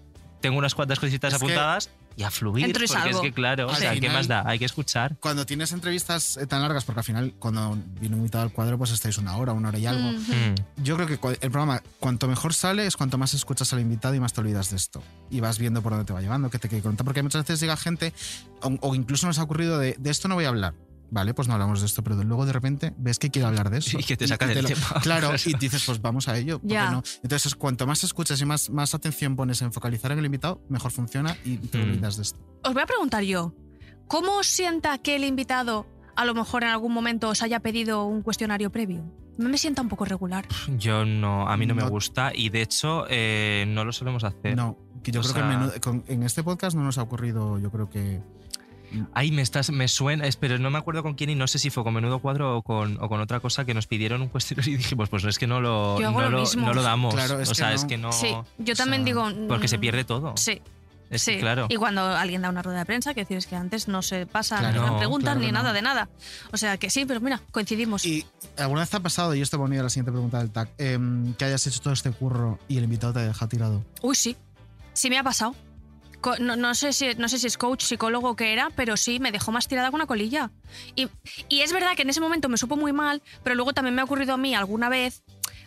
tengo unas cuantas cositas
Es que-
apuntadas y a fluir,
Entro y
porque es
salgo.
que claro, o
Al
sea, ¿qué
final-
más da? Hay que escuchar.
Cuando tienes entrevistas eh, tan largas, porque al final cuando viene un invitado al cuadro, pues estáis una hora, una hora y algo.
Mm.
Mm,
Yo creo que cua- el programa, cuanto mejor sale, es cuanto más escuchas al invitado y más te olvidas de esto. Y vas viendo por dónde te va llevando, qué te quiere contar. Porque muchas veces llega gente, o, o incluso nos ha ocurrido de, de esto no voy a hablar. Vale, pues no hablamos de esto, pero luego de repente ves que quiere hablar de eso.
Y que te saca del
lo-
tema.
Claro, y dices, pues vamos a ello. ¿por qué
Ya.
no? Entonces, cuanto más escuchas y más, más atención pones en focalizar en el invitado, mejor funciona y te
Mm.
olvidas de esto.
Os voy a preguntar yo, ¿cómo os sienta que el invitado a lo mejor en algún momento os haya pedido un cuestionario previo? me sienta un poco regular.
Yo no, a mí no, me
No.
gusta y de hecho eh, no lo solemos hacer.
No, que yo
O
creo que
sea-
en menudo- con- en este podcast no nos ha ocurrido, yo creo que...
Ahí me estás, me suena, es- pero no me acuerdo con quién y no sé si fue con Menudo Cuadro o con, o con otra cosa que nos pidieron un cuestionario y dijimos, pues no es que no lo,
Yo hago
no
lo mismo.
no lo damos.
Claro, es
o
que
sea, es
no.
que no.
sí, yo
o
también
sea,
digo.
Oh, Porque se
mm,
pierde todo.
Sí,
Es que,
sí.
claro.
Y cuando alguien da una rueda de prensa, que decir es que antes no se pasan
Claro,
ni hacen
no,
preguntas
claro
ni
que
nada
no.
de nada. O sea que sí, pero mira, coincidimos.
Y alguna vez te ha pasado, y esto va unido a la siguiente pregunta del TAC, em, que hayas hecho todo este curro y el invitado te deja tirado.
Uy, sí. Sí me ha pasado. Co- No, no sé si, no sé si es coach, psicólogo que era, pero sí, me dejó más tirada con una colilla. Y, y es verdad que en ese momento me supo muy mal, pero luego también me ha ocurrido a mí alguna vez,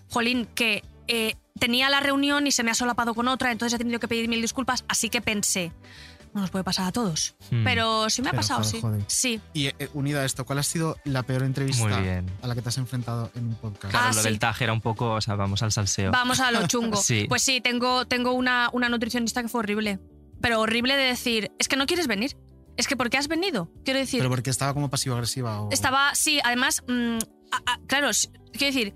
Jolín, que eh, tenía la reunión y se me ha solapado con otra, entonces he tenido que pedir mil disculpas, así que pensé, no nos puede pasar a todos.
Mm,
Pero sí me ha
Pero,
pasado,
joder,
sí.
joder.
Sí.
Y eh, unido a esto, ¿cuál ha sido la peor entrevista
Muy bien.
a la que te has enfrentado en un podcast?
Claro,
Ah,
lo
sí.
del tag era un poco, o sea, vamos al salseo.
Vamos a lo chungo.
Sí.
Pues sí, tengo, tengo una, una nutricionista que fue horrible. Pero horrible de decir, es que no quieres venir. Es que ¿por qué has venido? Quiero decir,
Pero porque estaba como pasivo-agresiva. O...
Estaba, sí, además, mm, a- a- claro, s- quiero decir,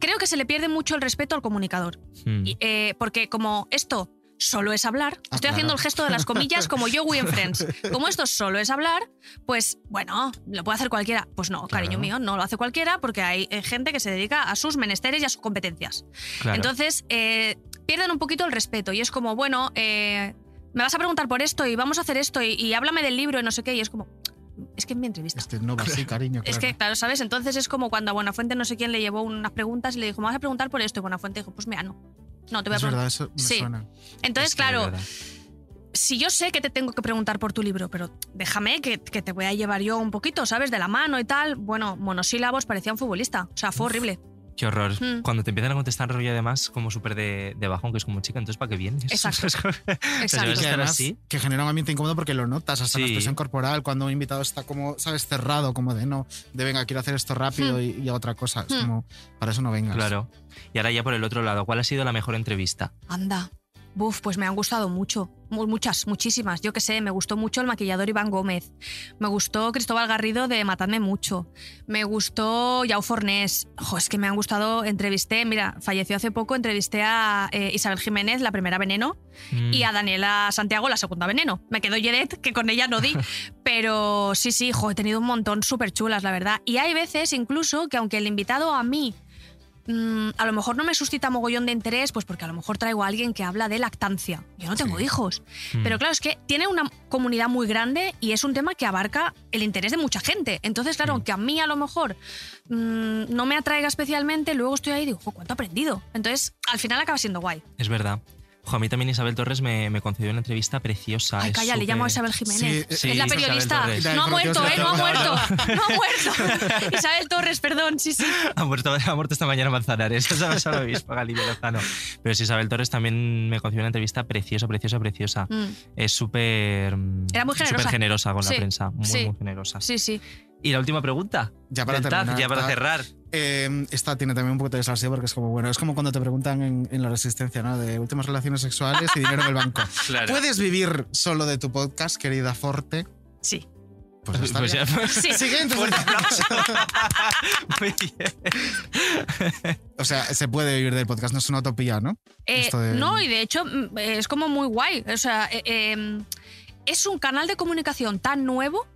creo que se le pierde mucho el respeto al comunicador.
Mm.
Y, eh, porque como esto solo es hablar,
Ah,
estoy
claro.
haciendo el gesto de las comillas como yo en Friends. Como esto solo es hablar, pues bueno, lo puede hacer cualquiera. Pues no, cariño
Claro.
mío, no lo hace cualquiera porque hay eh, gente que se dedica a sus menesteres y a sus competencias.
Claro.
Entonces, eh, pierden un poquito el respeto y es como, bueno, eh, me vas a preguntar por esto y vamos a hacer esto y, y háblame del libro y no sé qué. Y es como, es que es mi entrevista.
Es que no va así, cariño.
Es
claro.
que, claro, ¿sabes? Entonces es como cuando a Buenafuente no sé quién le llevó unas preguntas y le dijo, me vas a preguntar por esto. Y Buenafuente dijo, pues mira, no. No, te voy a
Es
preguntar.
verdad, eso me
Sí.
suena.
Entonces,
Es que de
claro,
verdad.
si yo sé que te tengo que preguntar por tu libro, pero déjame que, que te voy a llevar yo un poquito, ¿sabes? De la mano y tal. Bueno, monosílabos parecía un futbolista. O sea, fue horrible.
Qué horror.
Mm.
Cuando te empiezan a contestar rollo además como súper de, de bajón, que es como chica, entonces ¿para qué vienes?
Exacto.
Es como-
Exacto.
vas a
que
estar
además,
así?
que genera un ambiente incómodo porque lo notas hasta en la
Sí.
expresión corporal cuando un invitado está como sabes cerrado como de no de venga quiero hacer esto rápido
Hmm.
y, y a otra cosa es
Hmm.
como para eso no vengas
Claro. Y ahora ya por el otro lado, ¿cuál ha sido la mejor entrevista?
Anda. Buf, pues me han gustado mucho. Mu- Muchas, muchísimas. Yo qué sé, me gustó mucho el maquillador Iván Gómez. Me gustó Cristóbal Garrido de Matadme Mucho. Me gustó Yao Fornés. Jo, es que me han gustado. Entrevisté, mira, falleció hace poco, entrevisté a eh, Isabel Jiménez, la primera veneno,
Mm.
y a Daniela Santiago, la segunda veneno. Me quedó Yedet, que con ella no di. Pero sí, sí, jo, he tenido un montón súper chulas, la verdad. Y hay veces incluso que aunque el invitado a mí mm, a lo mejor no me suscita mogollón de interés, pues porque a lo mejor traigo a alguien que habla de lactancia. Yo no tengo hijos.
hmm.
Mm.
Pero claro, es que tiene una comunidad muy grande y es un tema que abarca el interés de mucha gente. Entonces,
Mm.
claro, aunque a mí a lo mejor mm, no me atraiga especialmente, luego estoy ahí y digo, "Jo, ¿cuánto he aprendido? Entonces, al final acaba siendo guay.
Es verdad. Ojo, a mí también Isabel Torres me, me concedió una entrevista preciosa.
Ay,
Ah, es
calla, le
súper-
llamo a Isabel Jiménez.
Sí,
sí,
es la
Isabel
periodista.
Torres.
No ha muerto, ¿eh? No ha muerto. No ha muerto. Isabel Torres, perdón, sí, sí.
Ha muerto, ha muerto esta mañana Manzanares. Eso sabes ahora mismo, Galilea Lozano. Pero sí, Isabel Torres también me concedió una entrevista preciosa, preciosa, preciosa.
Mm,
Es súper. mm,
Era muy generosa.
Súper generosa con
Sí,
la prensa. Muy,
sí.
muy generosa.
sí, sí.
Y la última pregunta.
Ya para
del TAC,
terminar,
ya para
TAC.
cerrar.
Eh, esta tiene también un poquito de salseo porque es como bueno es como cuando te preguntan en, en la resistencia no de últimas relaciones sexuales y dinero en el banco
Claro.
puedes vivir solo de tu podcast querida Forte
Sí.
pues, ya está
Pues
bien.
ya-
Sí.
siguiente
Fuerte aplauso. Muy bien.
o sea se puede vivir del podcast no es una utopía no
Eh,
Esto de-
No, y de hecho mm, eh, es como muy guay. O sea, eh, eh, es un canal de comunicación tan nuevo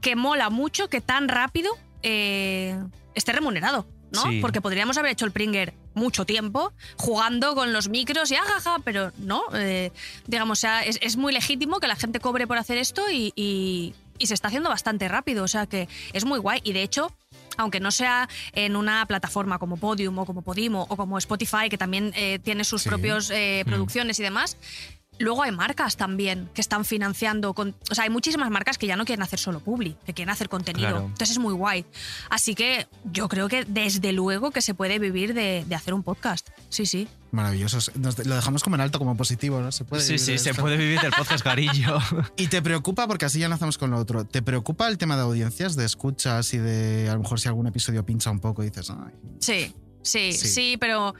que mola mucho que tan rápido eh, esté remunerado, ¿no?
Sí.
Porque podríamos haber hecho el Pringer mucho tiempo jugando con los micros y ajaja, pero no. eh, digamos, o sea, es, es muy legítimo que la gente cobre por hacer esto y, y- y se está haciendo bastante rápido. O sea, que es muy guay. Y de hecho, aunque no sea en una plataforma como Podium o como Podimo o como Spotify, que también eh, tiene sus
Sí.
propios eh,
Mm.
producciones y demás, luego hay marcas también que están financiando. Con, o sea, hay muchísimas marcas que ya no quieren hacer solo publi, que quieren hacer contenido.
Claro.
Entonces es muy guay. Así que yo creo que desde luego que se puede vivir de, de hacer un podcast. Sí, sí.
maravilloso Nos de- lo dejamos como en alto como positivo no se puede
Sí,
vivir de
sí, se
esto.
puede vivir del podcast, cariño.
Y te preocupa, porque así ya lanzamos con lo otro, ¿te preocupa el tema de audiencias, de escuchas y de a lo mejor si algún episodio pincha un poco y dices, ay,
Sí. Sí,
Sí.
sí, pero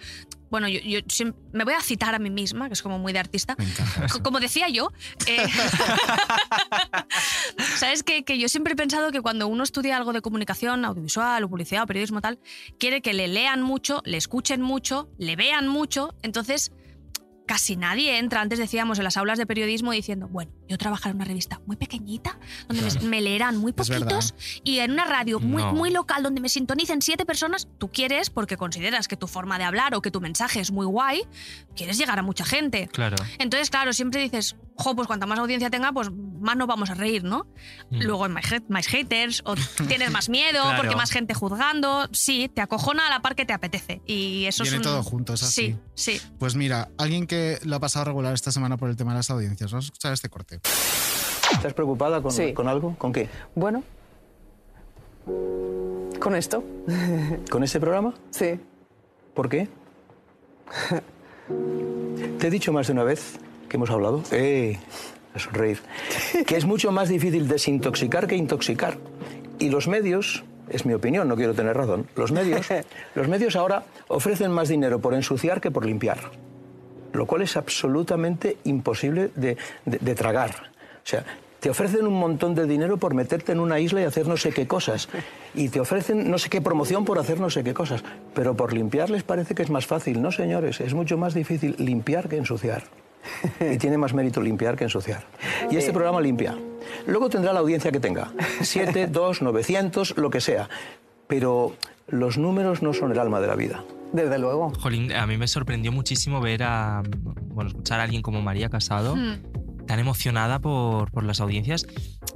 bueno, yo, yo siem- me voy a citar a mí misma, que es como muy de artista.
Me encanta. eso.
Co- Como decía yo, eh, sabes que, que yo siempre he pensado que cuando uno estudia algo de comunicación, audiovisual, o publicidad, o periodismo tal, quiere que le lean mucho, le escuchen mucho, le vean mucho, entonces casi nadie entra. Antes decíamos en las aulas de periodismo diciendo, bueno, yo trabajaré en una revista muy pequeñita, donde me-
Claro.
me leerán muy
Es verdad. ¿eh?
poquitos, y en una radio muy,
No.
muy local donde me sintonicen siete personas, tú quieres, porque consideras que tu forma de hablar o que tu mensaje es muy guay, quieres llegar a mucha gente.
Claro.
Entonces, claro, siempre dices, jo, pues cuanta más audiencia tenga, pues más nos vamos a reír, ¿no?
Mm.
Luego hay más, hate- más haters, o tienes más miedo
Claro.
porque más gente juzgando. Sí, te acojona a la par que te apetece. Y eso
Viene
es un...
todo junto, es así.
Sí, sí.
Pues mira, alguien que lo ha pasado regular esta semana por el tema de las audiencias. Vamos a escuchar este corte.
¿Estás preocupada con,
Sí.
con algo? ¿Con qué?
Bueno, con esto,
¿Con este programa?
sí.
¿Por qué? Te he dicho más de una vez que hemos hablado. ¡Eh! A sonreír. Que es mucho más difícil desintoxicar que intoxicar. Y los medios, es mi opinión, no quiero tener razón, los medios, los medios ahora ofrecen más dinero por ensuciar que por limpiar. Lo cual es absolutamente imposible de, de- de tragar. O sea, te ofrecen un montón de dinero por meterte en una isla y hacer no sé qué cosas. Y te ofrecen no sé qué promoción por hacer no sé qué cosas. Pero por limpiar les parece que es más fácil. No, señores, es mucho más difícil limpiar que ensuciar. Y tiene más mérito limpiar que ensuciar. Y este programa limpia. Luego tendrá la audiencia que tenga. Siete, dos, 900, lo que sea. Pero los números no son el alma de la vida.
Desde luego.
Jolín, a mí me sorprendió muchísimo ver a. Bueno, escuchar a alguien como María Casado
Mm,
tan emocionada por, por las audiencias.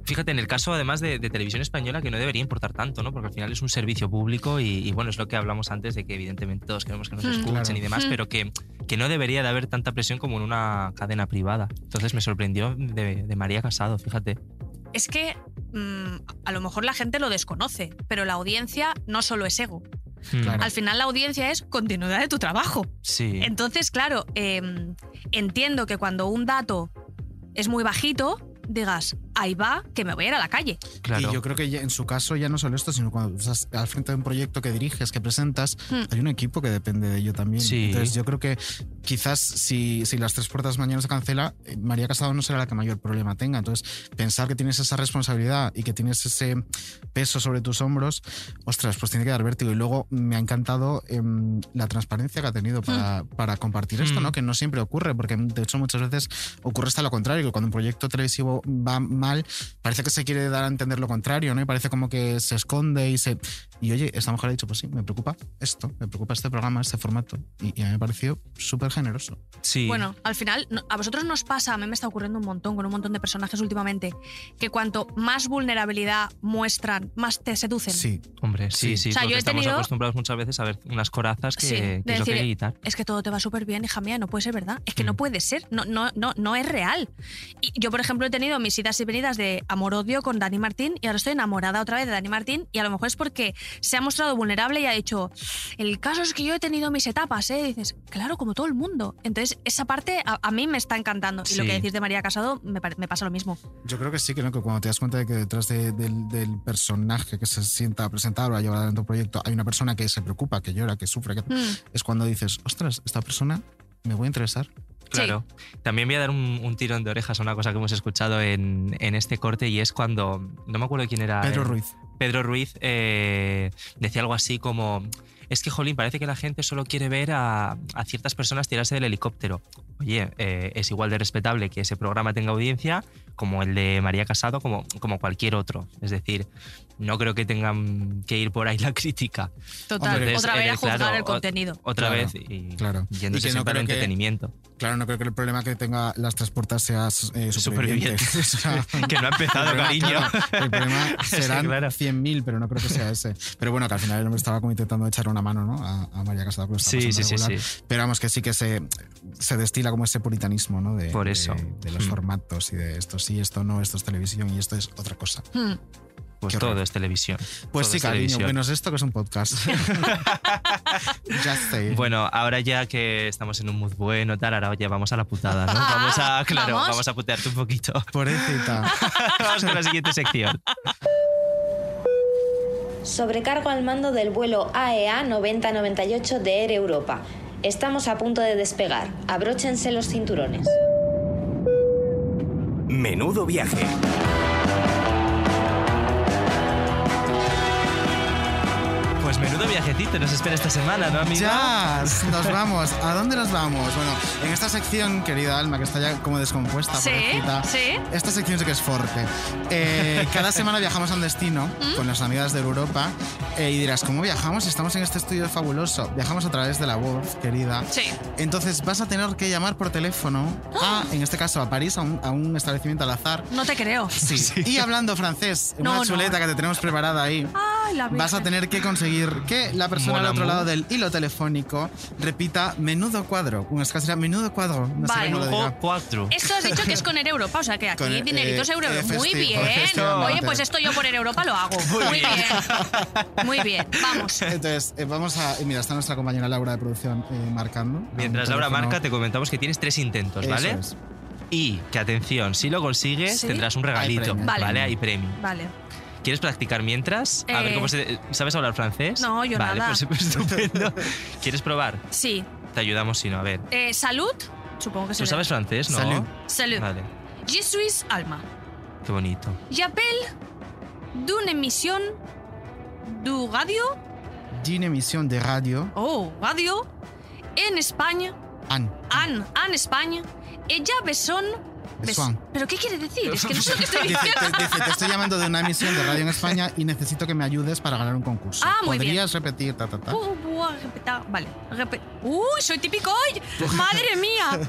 Fíjate, en el caso además de, de televisión española, que no debería importar tanto, ¿no? Porque al final es un servicio público y, y, bueno, es lo que hablamos antes de que evidentemente todos queremos que nos
Mm.
escuchen
Claro.
y demás,
Mm.
pero que, que no debería de haber tanta presión como en una cadena privada. Entonces me sorprendió de, de María Casado, fíjate.
Es que mm, a lo mejor la gente lo desconoce, pero la audiencia no solo es ego.
Claro.
Al final la audiencia es continuidad de tu trabajo.
Sí.
Entonces, claro, eh, entiendo que cuando un dato es muy bajito, digas, ahí va, que me voy a ir a la calle.
Claro.
Y yo creo que ya- en su caso ya no solo esto, sino cuando estás al frente de un proyecto que diriges, que presentas,
Hmm.
hay un equipo que depende de ello también.
Sí.
Entonces yo creo que quizás si, si las tres puertas mañana se cancela, eh, María Casado no será la que mayor problema tenga. Entonces pensar que tienes esa responsabilidad y que tienes ese peso sobre tus hombros, ostras, pues tiene que dar vértigo. Y luego me ha encantado em, la transparencia que ha tenido para, para compartir esto,
Hmm.
¿no? Que no siempre ocurre, porque de hecho muchas veces ocurre hasta lo contrario, que cuando un proyecto televisivo va mal, parece que se quiere dar a entender lo contrario, ¿no? Y parece como que se esconde y se... Y oye, esta mujer ha dicho, pues sí, me preocupa esto, me preocupa este programa, este formato. Y, y a mí me ha parecido súper generoso.
Sí.
Bueno, al final, no- a vosotros nos pasa, a mí me está ocurriendo un montón con un montón de personajes últimamente, que cuanto más vulnerabilidad muestran, más te seducen.
Sí,
Hombre, sí,
Sí.
sí,
O sea,
porque
yo he
estamos
tenido-
acostumbrados muchas veces a ver unas corazas que,
Sí, de
que es lo que hay que
decir,
quitar.
Es que todo te va súper bien, hija mía, no puede ser verdad. Es que
Mm.
no puede ser, no, no, no, no es real. Y yo, por ejemplo, he tenido mis idas y venidas de amor-odio con Dani Martín y ahora estoy enamorada otra vez de Dani Martín y a lo mejor es porque se ha mostrado vulnerable y ha dicho, el caso es que yo he tenido mis etapas, ¿eh? Y dices, claro, como todo el mundo. Entonces, esa parte a, a mí me está encantando. Y lo
Sí.
que decís de María Casado me, pare- me pasa lo mismo.
yo creo que sí, que, ¿no? que cuando te das cuenta de que detrás de- del, del personaje que se sienta a presentar o a llevar adelante un proyecto, hay una persona que se preocupa, que llora, que sufre, que...
Mm.
es cuando dices, ostras, esta persona me voy a interesar.
Claro. También voy a dar un, un tirón de orejas a una cosa que hemos escuchado en, en este corte y es cuando, no me acuerdo quién era.
Pedro
el-
Ruiz.
Pedro Ruiz eh, decía algo así como, es que, Jolín, parece que la gente solo quiere ver a, a ciertas personas tirarse del helicóptero. Oye, eh, es igual de respetable que ese programa tenga audiencia como el de María Casado, como, como cualquier otro. Es decir, no creo que tengan que ir por ahí la crítica.
Total,
Hombre,
otra
es-
vez a
eres,
juzgar
claro,
el
o-
contenido.
Otra
Claro,
vez y
claro.
yéndose
Y que no
siempre al
creo que-
entretenimiento.
Claro, no creo que el problema que tenga las tres puertas sea eh,
Supervivientes.
supervivientes. O sea,
Que no ha empezado, cariño.
El problema serán
Claro.
100.000, pero no creo que sea ese. Pero bueno, que al final el hombre estaba como intentando echar una mano ¿no? a, a María Casado. que lo está
Sí, sí,
pasando
sí, sí.
regular. Pero vamos, que sí que se, se destila como ese puritanismo ¿no? de,
Por
de-
eso.
de, los
Mm.
formatos y de esto sí, esto no, esto es televisión y esto es otra cosa.
Mm.
Pues
Qué
todo
horror.
es televisión.
Pues
Todo
sí,
es
cariño,
televisión.
menos esto que es un podcast. ya sé.
Bueno, ahora ya que estamos en un mood bueno, tal, ahora oye, vamos a la putada, ¿no? Vamos a, claro,
¿vamos?
vamos a putearte un poquito.
Pobrecita.
Vamos con la siguiente sección.
Sobrecargo al mando del vuelo E AEA 9098 de Air Europa. Estamos a punto de despegar. Abróchense los cinturones.
Menudo viaje.
Pues menudo viajecito nos espera esta semana, ¿no, amiga?
Ya, nos vamos. ¿A dónde nos vamos? Bueno, en esta sección, querida Alma, que está ya como descompuesta,
Sí,
pobrecita,
sí.
Esta sección sí que Este es fuerte. Eh, cada semana viajamos a un destino con las amigas de Europa eh, y dirás, ¿cómo viajamos? Estamos en este estudio fabuloso. Viajamos a través de la voz, querida.
Sí.
Entonces vas a tener que llamar por teléfono
¡Ah!
a, en este caso, a París, a un, a un establecimiento al azar.
No te creo.
Sí. Y hablando francés,
No, Ah,
una
no.
chuleta que te tenemos preparada ahí.
Ay, la
Vas a
Virgen.
tener que conseguir que la persona
Mon
al otro
amour.
lado del hilo telefónico repita menudo cuadro. Una escasera menudo cuadro. No sé
Vale.
cómo lo dirá.
cuatro.
Eso has dicho que es con el Europa, o sea que aquí
Con el-
dineritos
eh,
euro.
eh,
Muy
festivo,
bien.
efectivamente.
Oye, pues esto yo por el Europa lo hago. Muy bien. Muy bien. Vamos.
Entonces, eh, vamos a. eh, Mira, está nuestra compañera Laura de producción eh, marcando.
Mientras
A un
Laura
teléfono.
marca, te comentamos que tienes tres intentos,
Eso
¿vale?
es.
Y que atención, si lo consigues,
¿Sí?
tendrás un
Hay
regalito.
premio.
Vale.
vale, hay premio.
Vale.
¿Quieres practicar mientras? A ver
Eh.
cómo se. ¿Sabes hablar francés?
No, yo
vale,
nada.
Vale, pues estupendo. ¿Quieres probar?
Sí.
Te ayudamos si no. A ver.
Eh, salud. Supongo que se
¿Tú
le-
sabes francés, no?
Salud.
Salud.
Vale.
Je suis Alma.
Qué bonito.
J'appelle d'une émission du radio.
D'une emisión de radio.
Oh, radio. En España.
Anne.
An. An España. Ella Besson. Bes-
Besson.
¿Pero qué quiere decir? Es que no sé lo que estoy
Dice,
diciendo.
te, dice, te estoy llamando de una emisión de radio en España y necesito que me ayudes para ganar un concurso.
Ah, muy bien.
¿Podrías repetir, ta, ta, ta?
Uh, buah, repeta- Vale. Repe- ¡Uy, soy típico hoy! ¡Madre mía!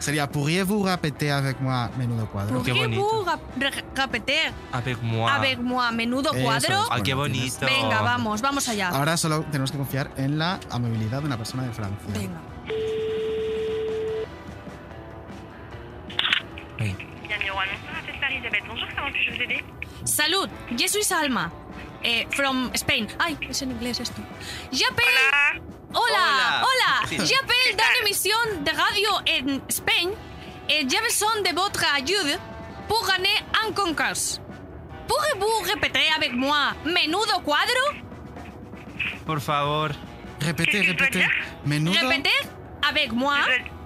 Sería, ¿pourriez-vous répéter avec moi menudo cuadro?
qué bonito.
Pourriez-vous rap- re- repetir
Avec moi.
avec moi menudo
Eso
cuadro?
es.
Ah, qué
Bueno,
bonito.
Venga, vamos, vamos allá.
Ahora solo tenemos que confiar en la amabilidad de una persona de Francia.
Venga.
Ey,
Salud, je suis Alma. eh, from Spain. Ay, es en inglés esto. J'appelle. Hola,
Hola.
hola.
Sí.
J'appelle d'une émission de radio en Espagne. Et j'ai besoin de votre aide pour gagner un concours. Pourriez-vous répéter avec moi menudo cuadro?
Por favor.
Repete, repete. Menudo.
Repetir avec moi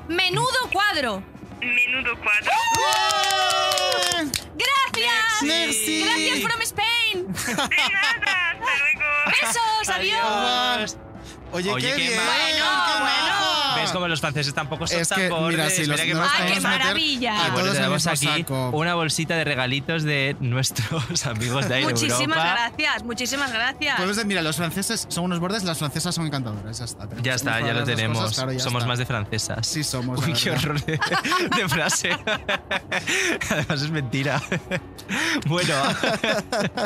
menudo cuadro.
Menudo cuadro.
¡Eh!
Gracias.
Merci.
Gracias from Spain.
De nada, hasta luego.
Besos, adiós.
Oye,
Oye,
qué,
qué
bien.
mal.
Bueno,
qué maja.
¿Ves cómo los franceses tampoco son
Es
tan
que,
pobres?
mira, si los,
Mira qué
no los
maja.
Ah, qué
podemos meter
maravilla.
A
Y
Y
todos
bueno,
en el
tenemos
mismo
aquí
saco.
una bolsita de regalitos de nuestros amigos de Air
Muchísimas
Europa. Pues
gracias, muchísimas gracias.
Podemos- mira, los franceses son unos bordes, las francesas son encantadoras. Ya está.
Ya está, ya lo tenemos. Somos más de
francesas.
francesas.
Sí, somos.
Uy,
la
qué
verdad.
horror de, de frase. Además es mentira. Bueno,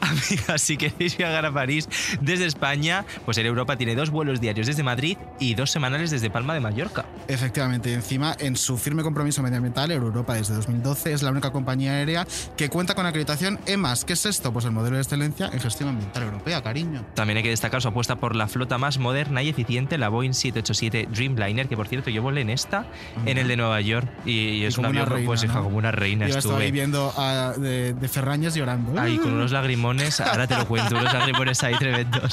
amigas, si queréis viajar a París desde España, pues Air Europa tiene dos vuelos diarios desde Madrid y dos semanales desde Palma de Mallorca.
Efectivamente, y encima, en su firme compromiso medioambiental, Europa desde 2012 es la única compañía aérea que cuenta con acreditación EMAS. ¿Qué es esto? Pues el modelo de excelencia en gestión ambiental europea, cariño.
También hay que destacar su apuesta por la flota más moderna y eficiente, la Boeing 787 Dreamliner, que por cierto yo volé en esta, en el de Nueva York, y, y es un
como una
avión,
reina,
pues hija,
¿no?
como una reina
Yo estaba ahí
estuve.
viendo a- de, de Ferrañas llorando. ¡Ah!
Ahí con unos lagrimones, ahora te lo cuento, unos lagrimones ahí tremendos.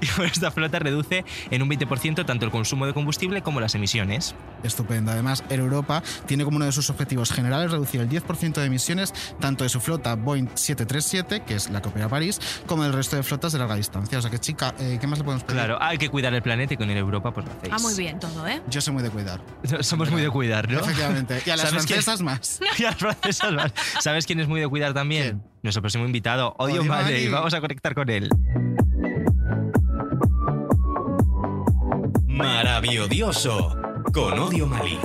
Y con esta flota reduce en un 20% tanto el consumo de combustible como las emisiones.
Estupendo. Además, Air Europa tiene como uno de sus objetivos generales reducir el 10% de emisiones tanto de su flota Boeing 737, que es la que opera París, como del resto de flotas de larga distancia. O sea que, chica, eh, ¿qué más le podemos pedir?
Claro, hay que cuidar el planeta y con el Europa pues lo hacéis.
Ah, muy bien todo, ¿eh?
Yo soy muy de cuidar.
Somos muy de cuidar, ¿no?
Efectivamente. Y a las
¿Sabes quién-
francesas más.
Y a las francesas más. ¿Sabes quién es muy de cuidar también?
¿Quién?
Nuestro próximo invitado, Odio
Odio
Madre,
Madre.
y vamos a conectar con él.
Maravilloso. Con Odio Mali.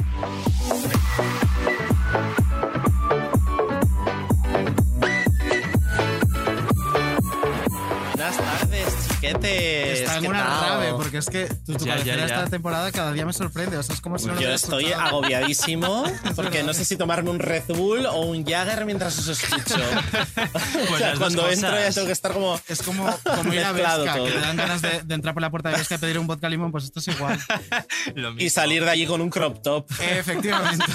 Buenas tardes, chiquetes.
Tengo una rave, porque es que tu, tu
Ya, ya,
cabecera
ya.
esta temporada cada día me sorprende. O sea, es como si no lo
Yo
hubiera
estoy
escuchado.
agobiadísimo porque no sé si tomarme un Red Bull o un Jagger mientras os escucho. O sea,
las dos
cuando entro ya
cosas.
tengo que estar como.
Es como, como ir a
Mezclado
Vesca,
todo.
que te dan ganas de, de entrar por la puerta de Vesca y pedir un vodka limón, pues esto es igual.
Y salir de allí con un crop top.
Efectivamente.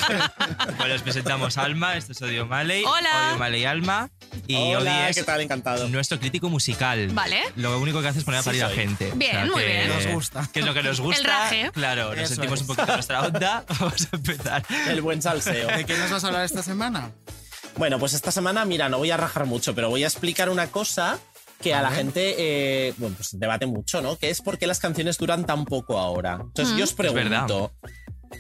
Bueno, os presentamos Alma, esto es Odio Maley.
Hola.
Odio Maley Alma. Y
Hola,
Odi es
¿qué tal? Encantado.
nuestro crítico musical.
Vale.
Lo único que hace es poner a
Sí
parir a
soy.
gente.
Bien, muy
que-
bien.
Nos gusta.
Que es lo que nos gusta.
raje.
Claro, nos
Eso
sentimos
es.
un poquito en nuestra onda. Vamos a empezar.
El buen salseo.
¿De qué nos vas a hablar esta semana?
Bueno, pues esta semana, mira, no voy a rajar mucho, pero voy a explicar una cosa que a la gente, eh, bueno, pues debate mucho, ¿no? Que es por qué las canciones duran tan poco ahora. Entonces yo os
Mm. verdad.
pregunto,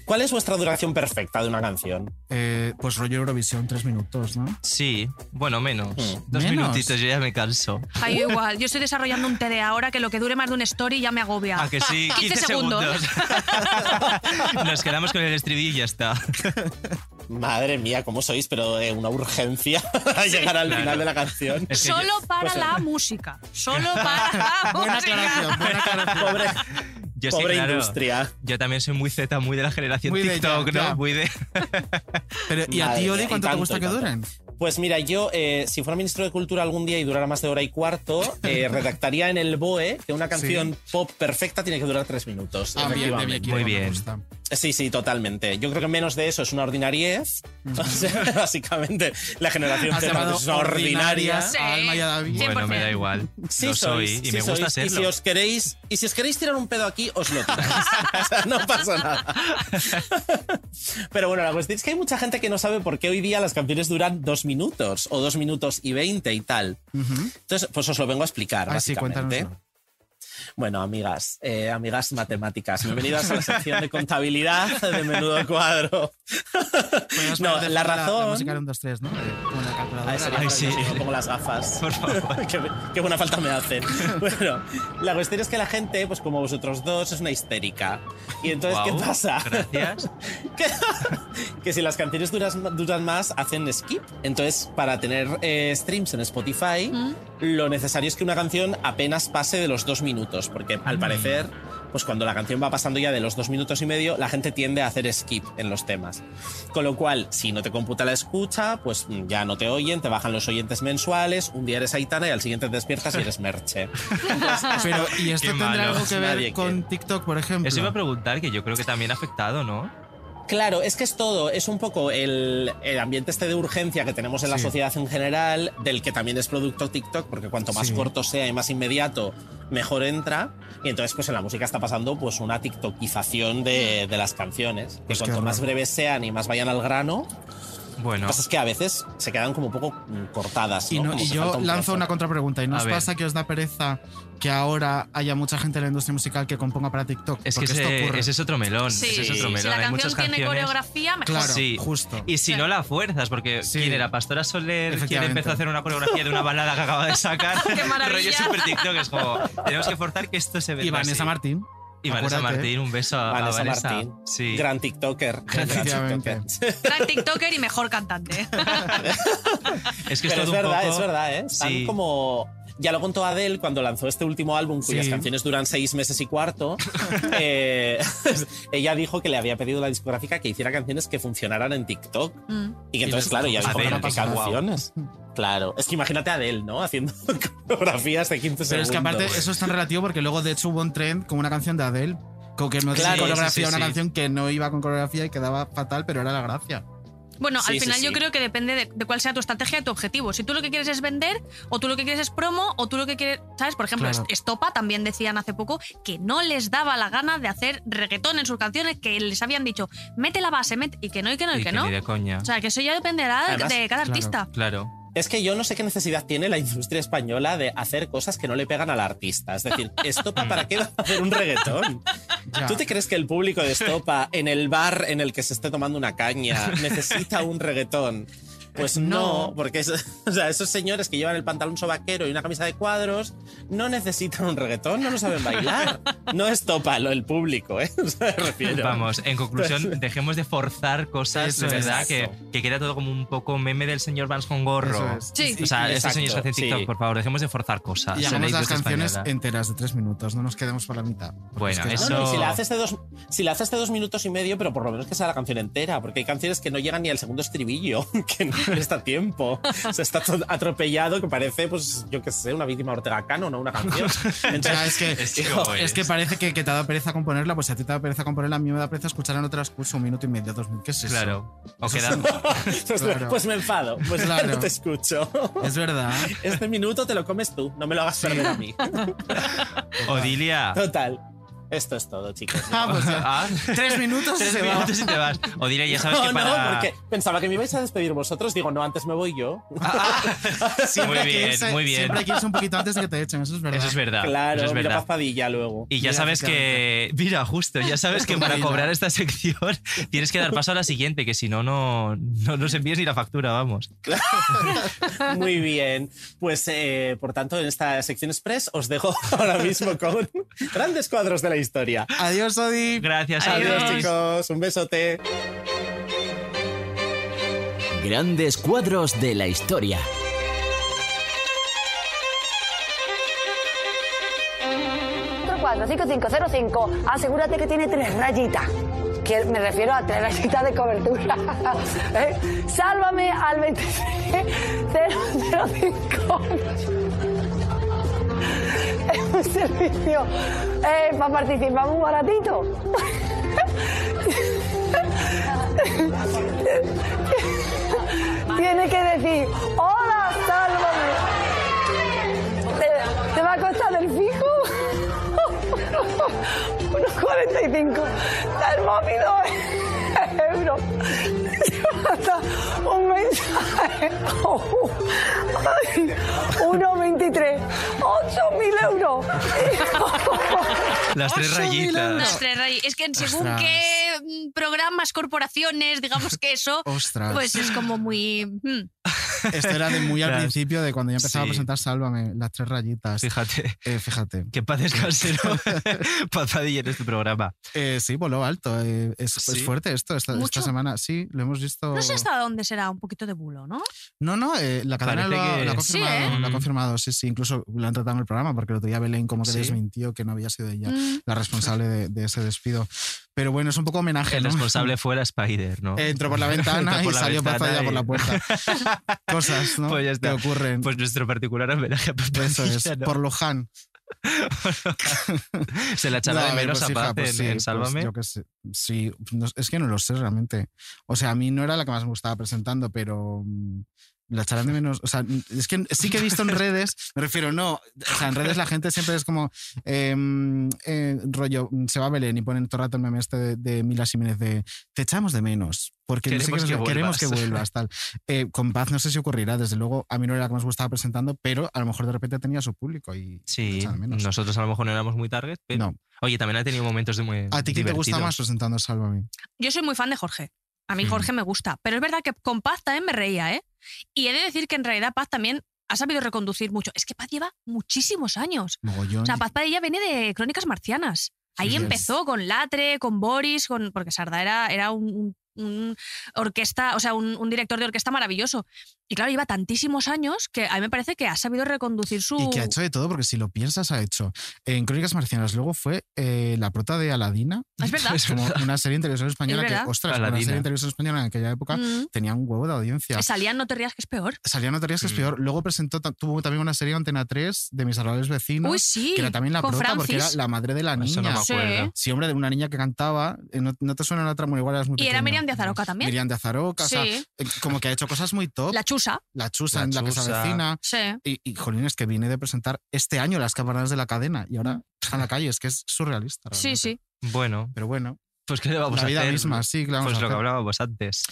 ¿cuál es vuestra duración perfecta de una canción?
Eh, pues rollo Eurovisión, tres minutos, ¿no?
Sí, bueno, menos.
Mm.
Dos
Menos.
minutitos, yo ya me canso.
Ay, yo igual. Yo estoy desarrollando un TD ahora que lo que dure más de un story ya me agobia.
Ah, que sí,
15 segundos.
Nos quedamos con el estribillo y ya está.
Madre mía, cómo sois, pero eh, una urgencia para llegar al
Claro.
final de la canción.
Es que
Solo para
pues,
la música. Solo para la
Buena aclaración,
música.
buena aclaración.
Pobre,
Yo sí,
pobre
claro,
industria.
Yo también soy muy Z, muy de la generación
Muy de
TikTok,
ya, ya.
¿no? Muy de.
Pero, ¿y a
Madre
ti,
mía,
Ori,
y
cuánto te
tanto,
gusta
y
que
tanto.
duren?
Pues mira, yo, eh, si fuera ministro de Cultura algún día y durara más de hora y cuarto, eh, redactaría en el BOE que una canción pop perfecta tiene que durar tres minutos.
Ah, bien, de
efectivamente.
Becky,
Muy
me
bien.
gusta.
Sí, sí, totalmente. Yo creo que menos de eso es una ordinariez. O sea, básicamente, la generación
Has
Z
llamado
pues, es una ordinaria.
ordinaria a Alma y a David.
Sí.
Bueno, me da igual.
Sí
Lo soy
sois,
y
sí
me gusta
sois. Y
serlo.
si, os queréis, y si os queréis tirar un pedo aquí, os lo tiráis. o sea, no pasa nada. Pero bueno, la cuestión es que hay mucha gente que no sabe por qué hoy día las canciones duran dos minutos o dos minutos y veinte y tal.
Ujú.
Entonces, pues os lo vengo a explicar,
Ah, sí,
básicamente.
cuéntanos.
Bueno, amigas, eh, amigas matemáticas, bienvenidas a la sección de contabilidad de menudo cuadro.
Podemos
No,
poner de fondo La
la razón- Ah,
música era un, dos, tres, ¿no? Eh, Como la calculadora.
Ay, sería
Ay, sí.
maravilloso, me pongo las gafas.
Por favor.
qué, qué buena falta me hacen. Bueno, la cuestión es que la gente, pues como vosotros dos, es una histérica. Y entonces,
Guau,
¿qué pasa?
Gracias.
que, que si las canciones duran, duran más, hacen skip. Entonces, para tener eh, streams en Spotify, lo necesario es que una canción apenas pase de los dos minutos, porque al parecer, pues cuando la canción va pasando ya de los dos minutos y medio, la gente tiende a hacer skip en los temas. Con lo cual, si no te computa la escucha, pues mm, ya no te oyen, te bajan los oyentes mensuales, un día eres Aitana y al siguiente te despiertas y eres Merche.
Pero, ¿y esto
Qué
tendrá
malo.
algo que ver
Nadie
con TikTok, por ejemplo?
Eso iba a preguntar, que yo creo que también ha afectado, ¿no?
Claro, es que es todo, es un poco el, el ambiente este de urgencia que tenemos en la
Sí.
sociedad en general, del que también es producto TikTok, porque cuanto más
Sí.
corto sea y más inmediato, mejor entra. Y entonces, pues en la música está pasando pues una TikTokización
Mm.
de, de las canciones. Que
Pues qué
cuanto más
horror.
breves sean y más vayan al grano,
Bueno.
lo que pasa es que a veces se quedan como un poco mm, cortadas.
Y,
¿no?
no-
Como
y
que
yo
falta un
lanzo
trozo.
una contrapregunta. ¿Y no
A
os
ver.
pasa que os da pereza que ahora haya mucha gente en la industria musical que componga para TikTok?
Es que
Porque esto
ese,
ocurre.
ese es otro melón.
Sí.
ese es otro melón.
Si la
Hay muchas
canción tiene
canciones.
coreografía, mejor.
Claro,
Sí.
justo.
Y si no la fuerzas, porque
Sí.
¿quién era? Pastora Soler, quien
Efectivamente.
empezó a hacer una coreografía de una balada que acaba de sacar.
¡Qué maravilla!
Rollo super TikTok, es como, tenemos que forzar que esto se vea.
Y Vanessa Martín.
Y Vanessa
acuérdate.
Martín, un beso a a
Vanessa
Vanessa.
Martín.
Sí.
Gran TikToker. gran
Efectivamente.
TikToker.
Gran TikToker y mejor cantante.
Es que es
Pero es
todo
verdad,
un poco...
es verdad, ¿eh? Están
Sí.
como. Ya lo contó Adele cuando lanzó este último álbum, cuyas
Sí.
canciones duran seis meses y cuarto. eh, ella dijo que le había pedido a la discográfica que hiciera canciones que funcionaran en TikTok.
Mm.
Y que entonces,
les-
claro, ya dijo
Adele,
que no
que
hacía
guau.
canciones. Claro. Es que imagínate a Adele, ¿no? Haciendo coreografías de 15
Pero
segundos.
es que aparte
pues.
eso es tan relativo porque luego de hecho hubo un trend con una canción de Adele. Con que no tenía
Claro,
coreografía,
sí, sí,
una
sí.
canción que no iba con coreografía y quedaba fatal, pero era la gracia.
Bueno,
Sí,
al
sí,
final yo
sí.
creo que depende de, de cuál sea tu estrategia y tu objetivo. Si tú lo que quieres es vender, o tú lo que quieres es promo, o tú lo que quieres. ¿Sabes? Por ejemplo,
Claro.
Estopa también decían hace poco que no les daba la gana de hacer reggaetón en sus canciones, que les habían dicho, mete la base, mete. Y que no, y que no, y,
Y
que,
que
no.
ni de coña.
O sea, que eso ya dependerá de-
Además,
de cada
claro.
artista.
Claro.
Es que yo no sé qué necesidad tiene la industria española de hacer cosas que no le pegan al artista. Es decir, ¿estopa para qué va a hacer un reggaetón?
Ya.
¿Tú te crees que el público de Estopa, en el bar en el que se esté tomando una caña, necesita un reggaetón? Pues no, porque es- o sea, esos señores que llevan el pantalón sobaquero y una camisa de cuadros no necesitan un reggaetón, no lo saben bailar. No es tópalo el público, ¿eh? O sea, me refiero.
Vamos, en conclusión, dejemos de forzar cosas,
Eso
de verdad,
es.
que, que queda todo como un poco meme del señor Vans con gorro.
Eso
es. Sí.
O sea, este
Exacto,
señor que hace TikTok,
sí.
por favor, dejemos de forzar cosas.
Y
La
hagamos las
industria
canciones
Ah, española.
enteras de tres minutos, no nos quedemos por la mitad. porque
Bueno,
es que-
eso-
No, no, y si la, haces de dos, si la haces de dos minutos y medio, pero por lo menos que sea la canción entera, porque hay canciones que no llegan ni al segundo estribillo, que no está tiempo. O sea, está todo atropellado que parece, pues, yo qué sé, una víctima de Ortega Cano, no una canción.
O sea,
Entonces,
es que,
Es que pues.
hijo,
como
es
eres.
que parece que, que te ha dado pereza componerla, pues si a ti te da pereza componerla, a mí me da pereza escuchar en otras curso un minuto y medio, dos minutos. ¿Qué es eso?
Claro. O queda-
pues,
Claro.
pues me enfado, pues
Claro.
no te escucho.
Es verdad.
Este minuto te lo comes tú, no me lo hagas perder a mí.
Odilia.
Total. Esto es todo, chicos.
Ah, pues ya.
Ah,
Tres minutos y
tres
se va.
minutos y te vas. Odilia, ya sabes
no,
que para.
no, porque pensaba que me ibais a despedir vosotros. Digo, no, antes me voy yo.
Muy
Siempre hay que
bien,
irse-
muy bien.
Siempre hay que irse un poquito antes de que te echen, eso es verdad.
Eso es verdad.
claro,
eso es
mira
verdad.
Paz Padilla luego.
Y ya
Mira,
sabes que, mira, justo, ya sabes que para
Mira.
cobrar esta sección tienes que dar paso a la siguiente, que si no, no no nos envíes ni la factura, vamos.
Muy bien. Pues, eh, por tanto, en esta sección express os dejo ahora mismo con grandes cuadros de la historia.
Adiós, Odi.
Gracias,
Adiós,
Adi.
chicos. Un besote.
Grandes cuadros de la historia.
Asegúrate que tiene tres rayitas. Que me refiero a tres rayitas de cobertura. ¿Eh? Sálvame al 23005. Es un servicio eh, para participar muy baratito. Tiene que decir, hola, sálvame. Eh, Te, te va a costar el fijo. Unos 45. Termópido euros. Hasta un mensaje. 1,23. 8.000 euros.
Las tres
Las
rayitas.
tres rayas. Es que según
Ostras.
qué mm, programas, corporaciones, digamos que eso,
Ostras.
pues es como muy... mm.
Esto era de muy al
Ostras.
principio de cuando yo empezaba
Sí.
a presentar Sálvame, las tres rayitas.
Fíjate,
Eh, fíjate.
que paz descanse, ¿no? Paz Padilla en este programa.
Eh, sí, voló alto. eh, es, es
Sí.
fuerte esto, esta, esta
Mucho.
semana. Sí, lo hemos visto.
No sé hasta dónde será un poquito de bulo, ¿no?
No, no, eh, la cadena
Parece
lo ha,
que-
lo ha
Sí,
confirmado,
¿eh?
lo ha confirmado, sí, sí. Incluso lo han tratado en el programa porque el otro día Belén como que
Sí.
desmintió que no había sido ella
Mm.
la responsable de, de ese despido. Pero bueno, es un poco homenaje.
El
¿no?
responsable fue la Spider, ¿no?
Entró por la ventana
Entró por
y
la
salió para
ventana
allá por
y-
la puerta. Cosas, ¿no?
Pues ya está.
Que ocurren.
Pues nuestro particular homenaje a Paz
Eso es,
Padilla, ¿no?
por Luján.
Se la echará
No,
de
a ver,
menos
pues,
a
hija,
Paz
pues,
en,
sí,
en
pues,
Sálvame.
yo qué sé. Sí, no- es que no lo sé realmente. O sea, a mí no era la que más me gustaba presentando, pero mm, la echarán de menos. O sea, mm, es que sí que he visto en redes, me refiero, no. O sea, en redes la gente siempre es como, em, eh, rollo, mm, se va a Belén y ponen todo el rato el meme este de, de Mila Jiménez de te echamos de menos, porque no sé
Queremos
qué,
que
queremos que
vuelvas".
vuelvas, tal. Eh, con Paz no sé si ocurrirá, desde luego, a mí no era la que más me gustaba presentando, pero a lo mejor de repente tenía su público y la
Sí,
echan de menos.
nosotros a lo mejor no éramos muy target, pero.
No.
Oye, también ha tenido momentos de muy.
¿A ti qué te gusta
divertidos.
más presentando Sálvame?
Yo soy muy fan de Jorge. A mí
Mm.
Jorge me gusta. Pero es verdad que con Paz también me reía, ¿eh? Y he de decir que en realidad Paz también ha sabido reconducir mucho. Es que Paz lleva muchísimos años.
Mogollón.
O sea, Paz Padilla viene de Crónicas Marcianas. Ahí
Sí, sí.
empezó con Latre, con Boris, con porque Sarda era, era un, un- un orquesta, o sea, un, un director de orquesta maravilloso. Y claro, lleva tantísimos años que a mí me parece que ha sabido reconducir su...
Y que ha hecho de todo, porque si lo piensas, ha hecho. En Crónicas Marcianas, luego fue eh, la prota de Aladina.
Es verdad.
Es como una serie en televisión española
Es
que,
verdad.
ostras, una
Aladina.
serie en televisión española en aquella época
Mm.
tenía un huevo de audiencia.
Salían, no te rías, que es peor.
Salía notorias que es
Mm.
peor. Luego presentó, ta- tuvo también una serie en Antena 3 de mis arrobables vecinos,
Uy, sí.
que era también la
con
prota
Francis.
porque era la madre de la
Eso
niña.
no me
Sí.
acuerdo.
Sí, hombre, de una niña que cantaba. eh, No, no te suena la otra muy igual, eras muy
Y era
pequeño.
Miriam de Azaroca también.
Miriam de Azaroca, o sea, oh.
Sí.
eh, como que ha hecho cosas muy top.
La
La,
chusa.
chusa
La
en la casa
Chusa.
vecina.
Sí.
Y, y jolín, es que vine de presentar este año las campanadas de la cadena y ahora está en la calle, es que es surrealista.
Sí,
realmente.
sí.
Bueno,
Pero bueno,
pues ¿qué le vamos
la
a
vida
hacer?
misma, sí, claro.
Pues lo que hablábamos antes.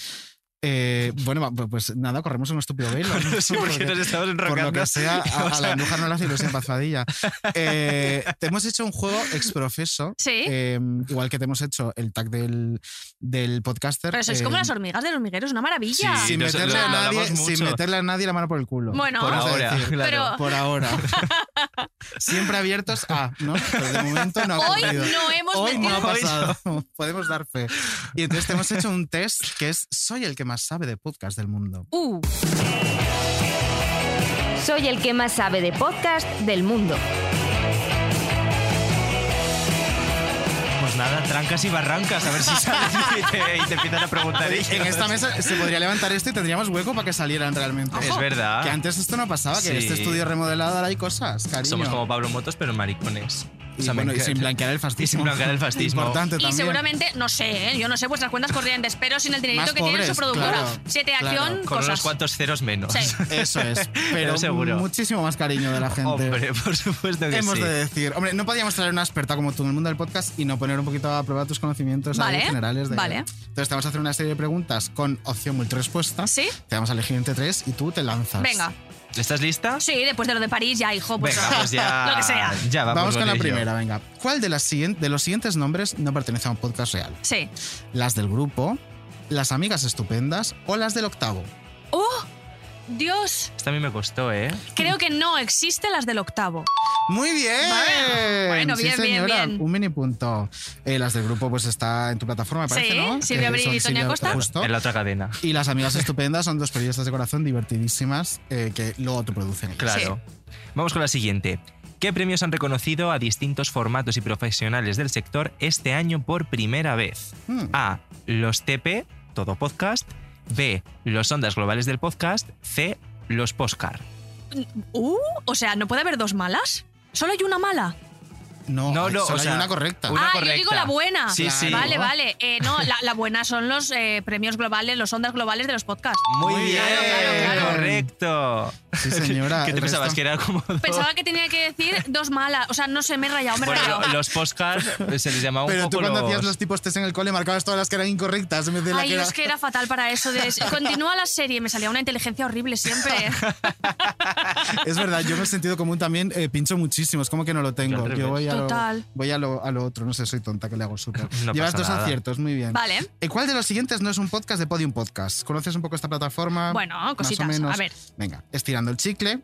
Eh, bueno, va, pues nada, corremos un estúpido velo.
No sé por qué nos estamos enrocando.
Por lo que sea, a,
Vamos
a la
a-
Andújar no la hace ilusión pazfadilla. Eh, te hemos hecho un juego exprofeso.
Sí.
eh, igual que te hemos hecho el tag del, del podcaster.
Pero sois
eh,
como las hormigas del hormiguero, es una maravilla.
sin,
nos-
meterle
lo-
a
lo
nadie,
alabamos
sin
mucho.
meterle a nadie la mano por el culo.
Bueno. Por
Vamos a
ahora,
decir.
claro.
Por ahora. Siempre abiertos a, ¿no? Pero de momento no ha
Hoy
ocurrido.
no hemos
Hoy no ha
metido-
pasado. Podemos dar fe. Y entonces te hemos hecho un test que es soy el que más sabe de podcast del mundo.
Uh. Soy el que más sabe de podcast del mundo.
Pues nada, trancas y barrancas, a ver si sales y te, y te empiezan a preguntar. ellos.
En esta mesa se podría levantar esto y tendríamos hueco para que salieran realmente.
Es verdad.
Que antes esto no pasaba, que
Sí.
este estudio remodelado ahora hay cosas, cariño.
Somos como Pablo Motos, pero maricones.
Y
me
bueno, y
encanta.
sin blanquear el fascismo.
Y sin blanquear el fascismo.
Importante
Y
también.
seguramente, no sé, ¿eh? yo no sé vuestras cuentas corrientes, pero sin el dinerito
Más
que tiene su
pobres,
productora.
claro,
Siete
claro.
acción,
Con
Con unos
cosas.
cuantos ceros menos.
Sí.
Eso es. Pero,
Pero seguro.
muchísimo más cariño de la gente.
Hombre, por supuesto que
Hemos
sí.
de decir, hombre, no podíamos traer una experta como tú en el mundo del podcast y no poner un poquito a prueba tus conocimientos ahí
Vale,
generales. De...
vale.
Entonces te vamos a hacer una serie de preguntas con opción multirespuesta.
¿Sí?
Te vamos a elegir entre tres y tú te lanzas.
Venga.
¿Estás lista?
Sí, después de lo de París, ya, hijo, pues,
Venga, pues ya.
lo que sea.
Ya, vamos,
Vamos con la
ello.
primera, venga. ¿Cuál de, las siguien- de los siguientes nombres no pertenece a un podcast real?
Sí.
¿Las del grupo, las amigas estupendas o las del octavo?
¡Oh! Dios,
Esta a mí me costó, ¿eh?
creo que no existe las del octavo.
Muy bien.
Vale. Bueno,
Sí,
bien, bien,
señora.
bien.
Un mini punto. Eh, las del grupo, pues está en tu plataforma, me
Sí,
parece, ¿no?
Silvia
Eh,
Abril y
son
Toña
Silvia
Costa.
Justo.
En la otra cadena.
Y las amigas estupendas son dos periodistas de corazón divertidísimas eh, que luego te producen. ellas.
Claro. Vamos con la siguiente. ¿Qué premios han reconocido a distintos formatos y profesionales del sector este año por primera vez?
Mm.
A. Los TP, todo podcast. B. Los ondas globales del podcast. C. Los postcar.
¡Uh! O sea, ¿no puede haber dos malas? ¿Solo hay una mala?
No,
No,
hay-
no,
solo
o sea,
hay una correcta.
una-
ah,
correcta.
yo digo la buena.
Sí,
sí.
Vale, vale. Eh, no, la, la buena son los eh, premios globales, los ondas globales de los podcasts.
Muy,
Muy
bien,
bien.
correcto.
Sí, señora.
¿Qué te
el
pensabas
resto-
que era como dos?
Pensaba que tenía que decir dos malas. O sea, no sé, me he rayado, me he
Bueno,
rayado.
lo- los postcards se les llamaba un
Pero tú
poco
cuando
los...
hacías los tipos test en el cole marcabas todas las que eran incorrectas en vez de la
Ay,
que era...
es que era fatal para eso. De... Continúa la serie, me salía una inteligencia horrible siempre.
Es verdad, yo en el sentido común también eh, pincho muchísimo, es como que no lo
Yo
tengo.
al
Yo
revés.
voy a, lo,
Total.
voy a lo, a lo otro, no sé, soy tonta que le hago súper.
No
Llevas
pasa
dos
nada.
aciertos, muy bien.
Vale.
¿Eh, ¿Cuál de los siguientes no es un podcast de Podium Podcast? ¿Conoces un poco esta plataforma?
Bueno,
Más o
cositas,
menos.
a ver.
Venga, estirando el chicle,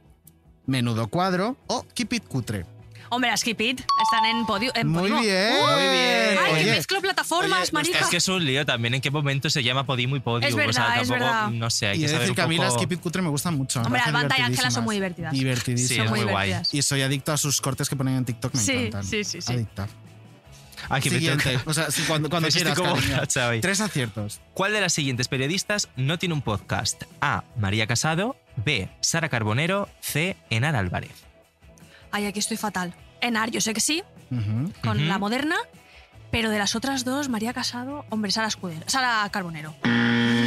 menudo cuadro o keep it cutre.
Hombre, las Skip It están en podio. en
Muy
Podimo.
bien.
¡Uh!
Muy bien.
Ay, que
Oye,
mezclo plataformas,
oye,
marica.
Es que es un lío también en qué momento se llama Podimo y Podium.
Es
o sea,
verdad, es
tampoco,
verdad.
no sé, hay
y
que
he de
saber
decir
un
que a mí
poco-
las keep it cutre me gustan mucho. me
Hombre,
parecen
Alvanta y Ángela
divertidísimas.
son muy divertidas.
Sí,
Divertidísimas.
es muy guay.
divertidas.
Y soy adicto a sus cortes que ponen en TikTok, me
Sí,
encantan.
sí, sí, sí.
Adicta.
Ay, que me
Siguiente.
toca.
O sea, sí, cuando, cuando
Me siento
quieras,
como
cariño.
borracha hoy.
Tres aciertos.
¿Cuál de las siguientes periodistas no tiene un podcast? A. María Casado. B. Sara Carbonero. C. Enar Álvarez.
Ay, aquí estoy fatal. Enar, yo sé que sí,
Ujú.
con
Ujú.
la moderna. Pero de las otras dos, María Casado, hombre, Sara Escudero, Sara Carbonero.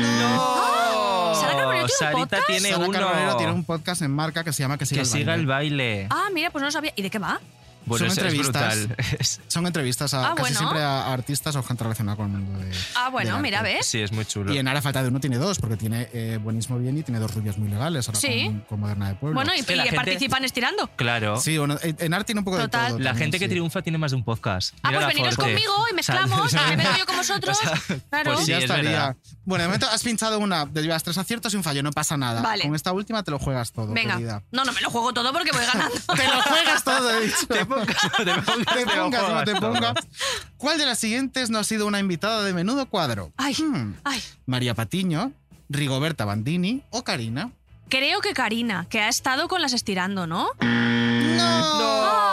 ¡No!
¡Oh! ¿Sara Carbonero tiene un
Sarita
podcast?
tiene
Sara
uno.
Carbonero tiene un podcast en marca que se llama Que siga
que
el
siga
baile.
el baile.
Ah, mira, pues no lo sabía. ¿Y de qué va?
bueno,
son
es, es
entrevistas.
brutal. Es-
Son entrevistas a,
Ah,
casi
bueno.
siempre a artistas o gente relacionada con el mundo de.
Ah, bueno,
del
mira,
arte.
¿ves?
sí, es muy chulo.
Y en Ara falta de uno tiene dos, porque tiene eh, Buenísimo Bien y tiene dos rubias muy legales ahora
Sí.
con, con Moderna de Pueblo.
Bueno, y,
Es que
y
la gente-
participan estirando.
Claro.
Sí, bueno, en en Ara tiene un poco
Total.
de todo.
La
también,
gente que
sí.
triunfa tiene más de un podcast.
Ah,
Mira
pues
la
veniros
Forte.
conmigo y
O
mezclamos,
sea,
me veo yo con vosotros.
o sea,
claro.
pues sí,
ya
es
estaría.
verdad.
Bueno, de momento has pinchado una, te llevas tres aciertos y un fallo, no pasa nada.
Vale.
Con esta última te lo juegas todo,
Venga.
querida.
No, no me lo juego todo porque voy ganando.
Te lo juegas todo, he dicho.
Te pongas, o te pongas,
te
lo
pongas o no te
juegas todo.
pongas. ¿Cuál de las siguientes no ha sido una invitada de menudo cuadro?
Ay,
Hmm.
ay.
María Patiño, Rigoberta Bandini o Karina.
Creo que Karina, que ha estado con las estirando, ¿no?
Mm.
¡No!
¡No!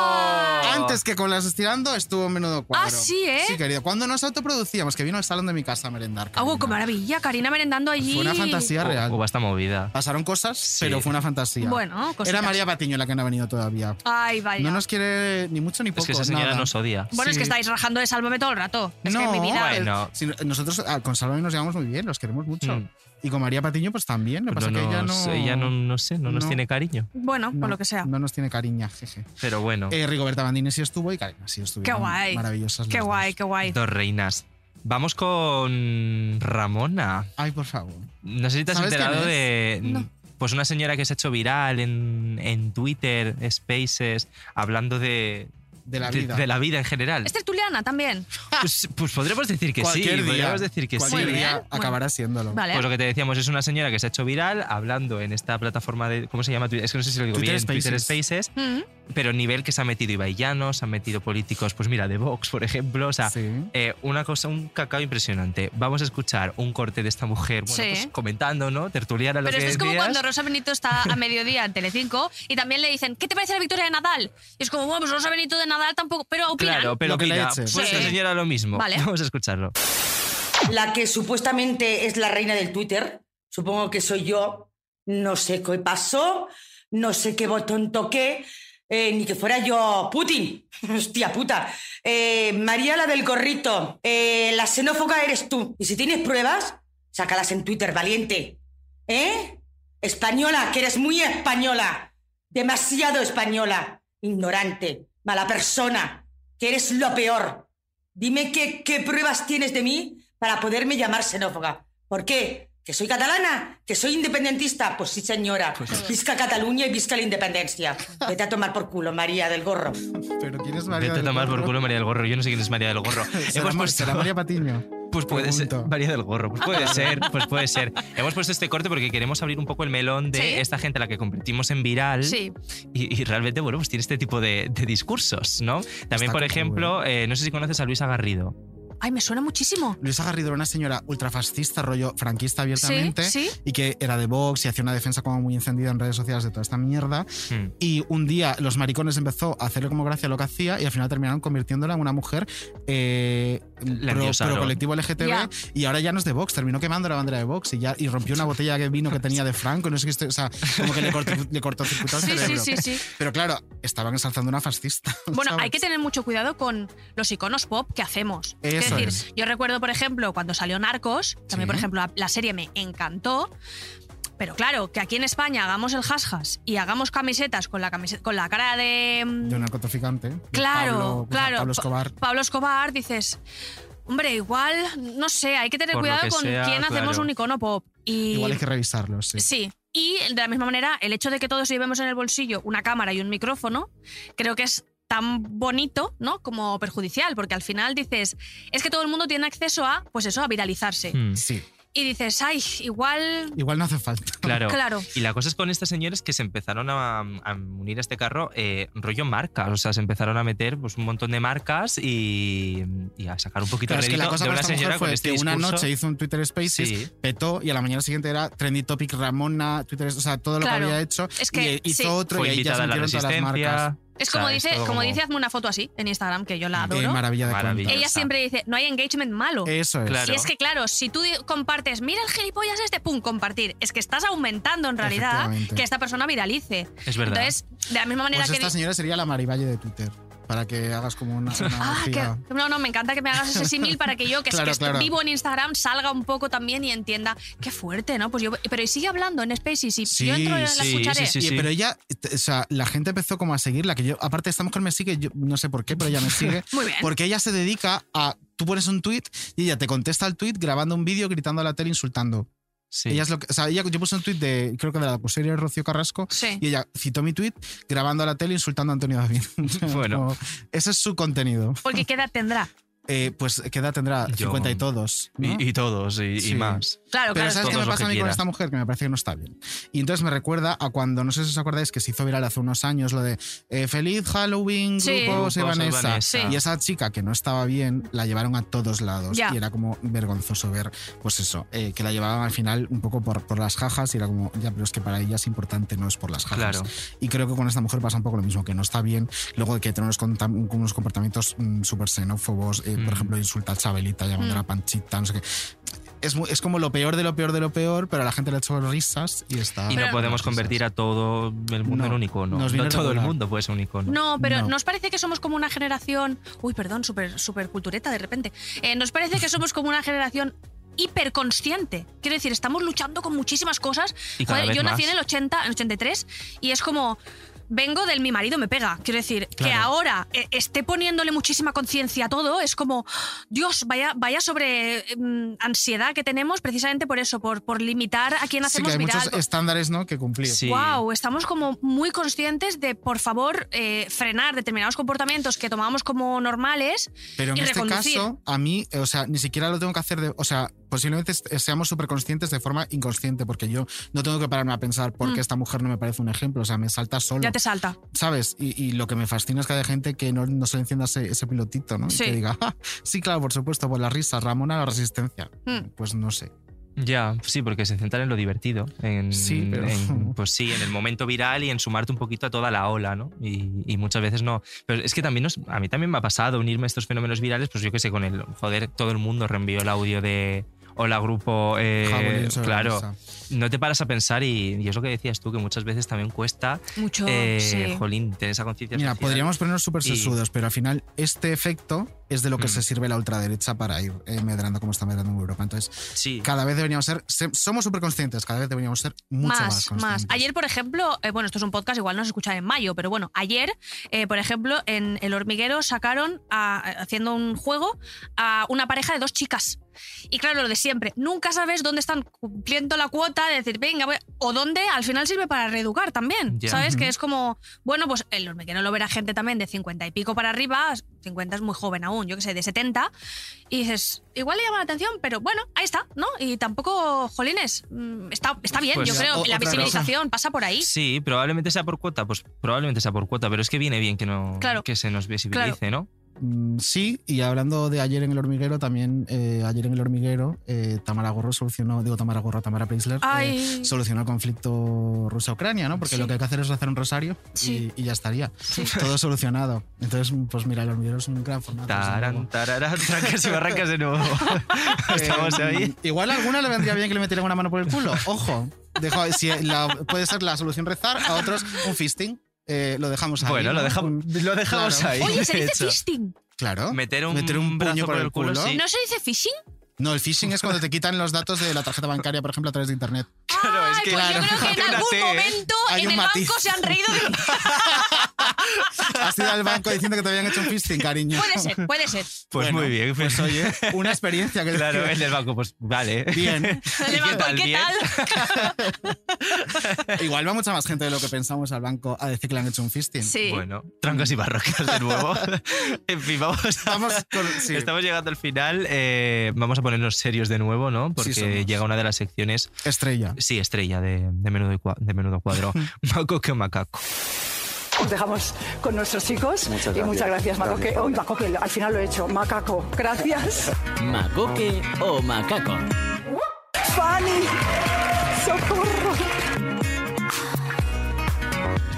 Antes que con las estirando estuvo en menudo cuadro.
Ah, sí, ¿eh?
Sí, querido. Cuando nos autoproducíamos, que vino al salón de mi casa a merendar.
Ah,
Karina.
guau, qué maravilla! Karina merendando allí.
Fue una fantasía real.
O, o esta Oh, movida.
Pasaron cosas, pero fue una fantasía.
Bueno, cositas.
Era María Patiño la que no ha venido todavía.
Ay, vaya.
No nos quiere ni mucho ni poco.
Es que esa señora
nada.
nos odia.
Bueno, es que
Sí.
estáis rajando de sálvame todo el rato. Es
no,
que en mi vida.
Bueno.
si no- nosotros ah, con Salvador nos llevamos muy bien, los queremos mucho.
Mm.
Y con María Patiño, pues también. Lo que pasa es que ella
nos-
no.
ella no, no sé, no, nos
no.
tiene cariño.
Bueno,
no,
por lo que sea.
No nos tiene cariño, jeje.
Pero bueno,
Eh, Rigoberta Bandini sí estuvo y Karina sí estuvo.
Qué guay.
Maravillosas.
Qué
las
guay,
dos.
qué guay.
dos reinas. Vamos con Ramona.
Ay, por favor.
No sé si te has
¿Sabes
enterado
quién
de.
es? No.
Pues una señora que se ha hecho viral en, en Twitter, Spaces, hablando de.
De la vida.
De, la vida en general.
¿Es tertuliana también?
Pues, pues podríamos decir que
Cualquier
sí.
día.
podríamos decir que
Cualquier
sí. ¿eh?
día acabará siéndolo.
Vale.
Pues lo que te decíamos es una señora que se ha hecho viral hablando en esta plataforma de. ¿Cómo se llama? Twitter? Es que no sé si lo digo
Twitter
bien. Twitter
Spaces.
Spaces.
Mm.
Pero nivel que se ha metido Ibaillanos, se han metido políticos, pues mira, de Vox, por ejemplo. O sea, eh, una cosa, un cacao impresionante. Vamos a escuchar un corte de esta mujer, bueno,
Sí.
pues comentando, ¿no? Tertuliana, lo
Pero
que
esto es como
decías.
cuando Rosa Benito está a mediodía en Telecinco y también le dicen, ¿qué te parece la victoria de Nadal? Y es como, bueno, pues Rosa Benito de Nadal tampoco, pero opina.
Claro, pero mira, pues
Sí.
la señora lo mismo.
Vale.
Vamos a escucharlo.
La que supuestamente es la reina del Twitter, supongo que soy yo, no sé qué pasó, no sé qué botón toqué, eh, ni que fuera yo Putin, hostia puta. Eh, María la del gorrito, eh, la xenófoba eres tú. Y si tienes pruebas, sácalas en Twitter, valiente. ¿Eh? Española, que eres muy española, demasiado española, ignorante, mala persona, que eres lo peor. Dime qué, qué pruebas tienes de mí para poderme llamar xenófoba. ¿Por qué? ¿Que soy catalana? ¿Que soy independentista? Pues sí, señora. Visca Cataluña y visca la independencia. Vete a tomar por culo, María del Gorro.
Pero ¿quién es María
Vete a
del
tomar por
Gorro?
culo María del Gorro. Yo no sé quién es María del Gorro.
Será Mar- será María Patiño.
Pues puede ser.
Pregunto.
María del Gorro, pues puede ser, pues puede ser. Hemos puesto este corte porque queremos abrir un poco el melón de
Sí.
esta gente a la que convertimos en viral.
Sí.
Y, y realmente, bueno, pues tiene este tipo de, de discursos, ¿no? También, por ejemplo, eh, no sé si conoces a Luisa Garrido.
Ay, me suena muchísimo.
Luisa Garrido era una señora ultrafascista, rollo franquista abiertamente,
Sí, sí.
y que era de Vox y hacía una defensa como muy encendida en redes sociales de toda esta mierda.
Hmm.
Y un día los maricones empezó a hacerle como gracia lo que hacía y al final terminaron convirtiéndola en una mujer eh,
La
pro,
endiosaron.
pro colectivo LGTB
Ya.
y ahora ya no es de Vox, terminó quemando la bandera de Vox y ya y rompió una botella de vino que tenía de Franco, y no sé qué, esto- o sea, como que le cortó, le cortó circuito al
Sí, sí,
cerebro.
sí, sí.
Pero claro, estaban ensalzando una fascista.
Bueno,
¿sabes?
hay que tener mucho cuidado con los iconos pop que hacemos.
Eso
es decir,
es.
yo recuerdo, por ejemplo, cuando salió Narcos,
Sí.
también, por ejemplo, la- la serie me encantó. Pero claro, que aquí en España hagamos el jasjas y hagamos camisetas con la, camise- con la cara de. mm,
de un narcotraficante. de Pablo-
Claro,
de
claro.
Pablo Escobar.
Pa- Pablo Escobar, dices, hombre, igual, no sé, hay que tener
Por lo
cuidado
que
con
sea,
quién hacemos
claro.
un icono pop. Y,
Igual hay que revisarlo, sí.
Sí. Y de la misma manera, el hecho de que todos llevemos en el bolsillo una cámara y un micrófono, creo que es tan bonito, ¿no? Como perjudicial, porque al final dices, es que todo el mundo tiene acceso a, pues eso, a viralizarse.
Hmm.
Sí.
Y dices, ay, igual...
Igual no hace falta.
Claro.
Claro.
Y la cosa es con estas señores que se empezaron a, a unir a este carro eh, rollo marcas. O sea, se empezaron a meter pues, un montón de marcas y, y a sacar un poquito
Pero es que
rédito
la cosa
de
con
una
esta
señora
mujer
con
fue
este
que una
discurso.
noche hizo un Twitter Spaces,
Sí.
petó y a la mañana siguiente era Trendy Topic Ramona, Twitter, o sea, todo lo
Claro.
que había hecho.
Es que,
y hizo
sí.
otro
Fue
y ahí ya se
invitada a la
metieron todas las
Resistencia.
marcas.
Es como,
O sea, es
dice,
todo
como,
como-
dice, hazme una foto así en Instagram, que yo la
Qué
adoro.
maravilla de cuenta.
Maravillosa.
Ella siempre dice, no hay engagement malo.
Eso es. Claro.
Y es que, claro, si tú di- compartes, mira el gilipollas este, pum, compartir. Es que estás aumentando en realidad
Efectivamente.
que esta persona viralice.
Es verdad.
Entonces, de la misma manera
Pues
que.
esta
di-
señora sería la Marivalle de Twitter, para que hagas como una. una
Ah, que-
gira.
no, no, me encanta que me hagas ese símil para que yo, que, es-
Claro,
que estoy
claro.
vivo en Instagram, salga un poco también y entienda. Qué fuerte, ¿no? Pues yo, pero y sigue hablando en Spaces y yo entro y la escucharé.
Y- Pero ella, t- o sea, la gente empezó como a seguirla, que yo, aparte esta mujer me sigue, yo no sé por qué, pero ella me sigue.
Muy bien.
Porque ella se dedica a, tú pones un tweet y ella te contesta al tweet grabando un vídeo, gritando a la tele, insultando. Ella es lo que- o sea, ella- yo puse un tweet de, creo que de la cosería Rocío Carrasco, y ella citó mi tweet grabando a la tele insultando a Antonio David.
Bueno.
Como- ese es su contenido.
Porque qué edad tendrá.
Eh, pues, ¿qué edad tendrá?
Yo-
50 y todos. ¿no?
Y, y todos, y, y
Sí.
más.
Claro,
Pero
claro.
¿sabes
Todos
qué me
lo
pasa
que
a mí con
quiera.
esta mujer? Que me parece que no está bien. Y entonces me recuerda a cuando, no sé si os acordáis, que se hizo viral hace unos años lo de eh, Feliz Halloween,
Sí.
Grupos
grupos Evanesa.
Evanesa. Sí.
Y esa chica que no estaba bien, la llevaron a todos lados.
Ya.
Y era como vergonzoso ver, pues eso, eh, que la llevaban al final un poco por, por las jajas y era como, ya, pero es que para ella es importante, no es por las jajas.
Claro.
Y creo que con esta mujer pasa un poco lo mismo, que no está bien, luego de que tiene unos, contam- unos comportamientos mm, súper xenófobos, eh,
Mm.
por ejemplo, insulta a Chabelita, llamando a la panchita, no sé qué es, mu- es como lo peor de lo peor de lo peor, pero a la gente le ha hecho risas y está.
Y no podemos convertir a todo el mundo
No,
en un icono.
nos viene
No todo el
regular.
mundo puede ser un icono.
No, pero nos parece que somos como una generación. Uy, perdón, súper super cultureta de repente. Eh, nos parece que somos como una generación hiperconsciente. Quiero decir, estamos luchando con muchísimas cosas.
Y cada vez
yo nací
más.
en el 80, en el 83, y es como. vengo del mi marido me pega. Quiero decir, que
Claro.
ahora eh, esté poniéndole muchísima conciencia a todo, es como, Dios, vaya, vaya sobre eh, mm, ansiedad que tenemos precisamente por eso, por, por limitar a quién
Sí,
hacemos
que hay
viral.
muchos estándares ¿no? que cumplir.
Wow, estamos como muy conscientes de, por favor, eh, frenar determinados comportamientos que tomamos como normales
Pero en
y
este
reconducir.
caso, a mí, eh, o sea, ni siquiera lo tengo que hacer de. O sea, posiblemente est- eh, seamos súper conscientes de forma inconsciente, porque yo no tengo que pararme a pensar por qué
Mm.
esta mujer no me parece un ejemplo. O sea, me salta solo.
ya te salta.
¿Sabes? Y, y lo que me fascina es que haya gente que no, no se le encienda ese, ese pilotito, ¿no?
Sí.
Y que diga, "Ja, sí, claro, por supuesto, por la risa, Ramona, la resistencia.
Mm.
Pues no sé.
Ya, sí, porque se centran en lo divertido. En,
Sí, pero-
en- pues sí, en el momento viral y en sumarte un poquito a toda la ola, ¿no? Y, y muchas veces no. Pero es que también nos- a mí también me ha pasado unirme a estos fenómenos virales, pues yo qué sé, con el. Joder, todo el mundo reenvió el audio de. Hola, grupo. eh,
Jabalí sobre la
claro.
mesa.
No te paras a pensar y, y es lo que decías tú, que muchas veces también cuesta.
Mucho,
eh,
Oh, sí.
Jolín, tener esa conciencia.
Mira,
social.
podríamos ponernos súper
Y- Mm.
sesudos, pero al final este efecto es de lo que se sirve la ultraderecha para ir eh, medrando como está medrando en Europa. Entonces, cada vez deberíamos ser, se- somos súper conscientes, cada vez deberíamos ser mucho más,
más,
conscientes.
Ayer, por ejemplo, eh, bueno, esto es un podcast, igual no se escucha en mayo, pero bueno, ayer, eh, por ejemplo, en El Hormiguero sacaron, a- haciendo un juego, a una pareja de dos chicas. Y claro, lo de siempre, nunca sabes dónde están cumpliendo la cuota de decir, venga, voy", o dónde al final sirve para reeducar también.
Ya.
¿Sabes? Que
Ujú.
es como, bueno, pues El Hormiguero lo verá gente también de 50 y pico para arriba, 50 es muy joven aún, yo que sé, de 70. Y dices, igual le llama la atención, pero bueno, ahí está, ¿no? Y tampoco, jolines, mm, está, está bien,
Pues
yo
ya,
creo.
o-
la
otra cosa.
visibilización pasa por ahí.
Sí, probablemente sea por cuota, pues probablemente sea por cuota, pero es que viene bien que, no,
Claro.
que se nos visibilice, ¿no?
Mm, Sí, y hablando de ayer en el hormiguero, también eh, ayer en el hormiguero, eh, Tamara Gorro solucionó, digo Tamara Gorro, Tamara Preisler, eh,
Ay.
solucionó el conflicto Rusia-Ucrania, ¿no? Porque
Sí.
lo que hay que hacer es hacer un rosario y-
Sí.
y, ya estaría. Todo solucionado. Entonces, pues mira, el hormiguero es un gran formato.
Tarán, tararán, Pues trancas y barrancas de nuevo. Estamos
Eh,
ahí.
Igual a alguna le vendría bien que le metieran una mano por el culo. Ojo. Dejo- si la- puede ser la solución rezar, a otros un fisting. Eh, lo dejamos ahí.
Bueno, lo
¿no?
dejamos-
Un-
lo dejamos ahí,
Oye, se
de
dice
hecho.
fisting.
Claro.
Meter un
puño
brazo por el culo, sí.
¿No se dice phishing?
No, el phishing es cuando te quitan los datos de la tarjeta bancaria, por ejemplo, a través de internet.
Claro, es
Ay, pues yo creo que en algún momento
Hay
en
un
el
matiz.
banco se han reído de mí.
Has ido al banco diciendo que te habían hecho un fisting, cariño.
Puede ser, puede ser.
Pues
Bueno,
muy bien. Pues
oye, una experiencia que
Claro, el del banco, pues vale.
Bien. El
¿Y
banco, ¿qué
Bien.
Igual va mucha más gente de lo que pensamos al banco a decir que le han hecho un fisting.
Sí.
Bueno, trancas y barracas de nuevo. en fin, vamos. a- Estamos llegando al final. eh, vamos a ponernos serios de nuevo, ¿no? Porque
somos.
llega una de las secciones.
Estrella.
Sí, estrella de, de menudo, y cua- de menudo cuadro. Maco que macaco.
Os dejamos con nuestros chicos.
Muchas
Y
gracias.
muchas gracias, Maco.
Gracias,
que-
Paula.
uy, Maco, que al final lo he hecho. Macaco, gracias.
¿Macoque o macaco?
Fanny, socorro.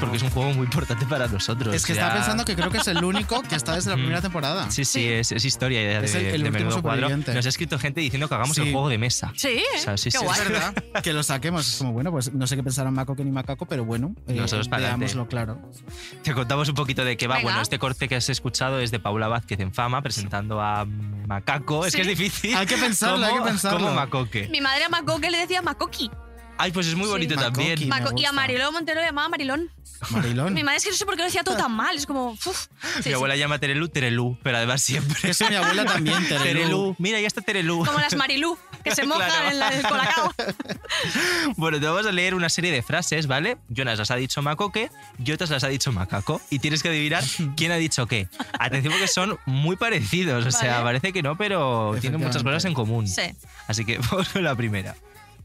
Porque es un juego muy importante para nosotros.
Es que
ya-
estaba pensando que creo que es el único que está desde la primera temporada.
Mm. Sí, sí, es, es historia ya de,
Es el- el
de
último
menudo cuadro.
superviviente.
Nos ha escrito gente diciendo que hagamos
Sí.
el juego de mesa.
Sí, ¿eh?
O sea, sí,
qué
sí,
guay.
es verdad.
Que lo saquemos. Es como, bueno, pues no sé qué pensaron Macoque ni Macaco, pero bueno, eh,
Nosotros para adelante.
veámoslo claro.
Te contamos un poquito de qué va.
Venga.
Bueno, este corte que has escuchado es de Paula Vázquez en Fama presentando a Macaco. Es
Sí.
que es difícil.
Hay que pensarlo,
¿Cómo-
hay que pensarlo.
cómo Macoque?
Mi madre a Macoque le decía Macoqui.
Ay, pues es muy
Sí.
bonito
Macoqui,
también.
Maco- y a Mariló Montero le llamaba Marilón.
Marilón.
Mi madre es que no sé por qué lo decía todo tan mal. Es como, uff. Sí, sí.
mi abuela llama Terelú Terelú, pero además siempre.
Eso mi abuela también, Terelú.
Mira, ya está Terelú.
Como las Marilú, que se mojan
Claro.
en la, el colacao.
Bueno, te vamos a leer una serie de frases, ¿vale? Yo unas las ha dicho Macoque y otras las ha dicho Macaco. Y tienes que adivinar quién ha dicho qué. Atención porque son muy parecidos. O sea,
Vale.
parece que no, pero tienen muchas
Efectivamente.
cosas en común. Así que vamos con la primera.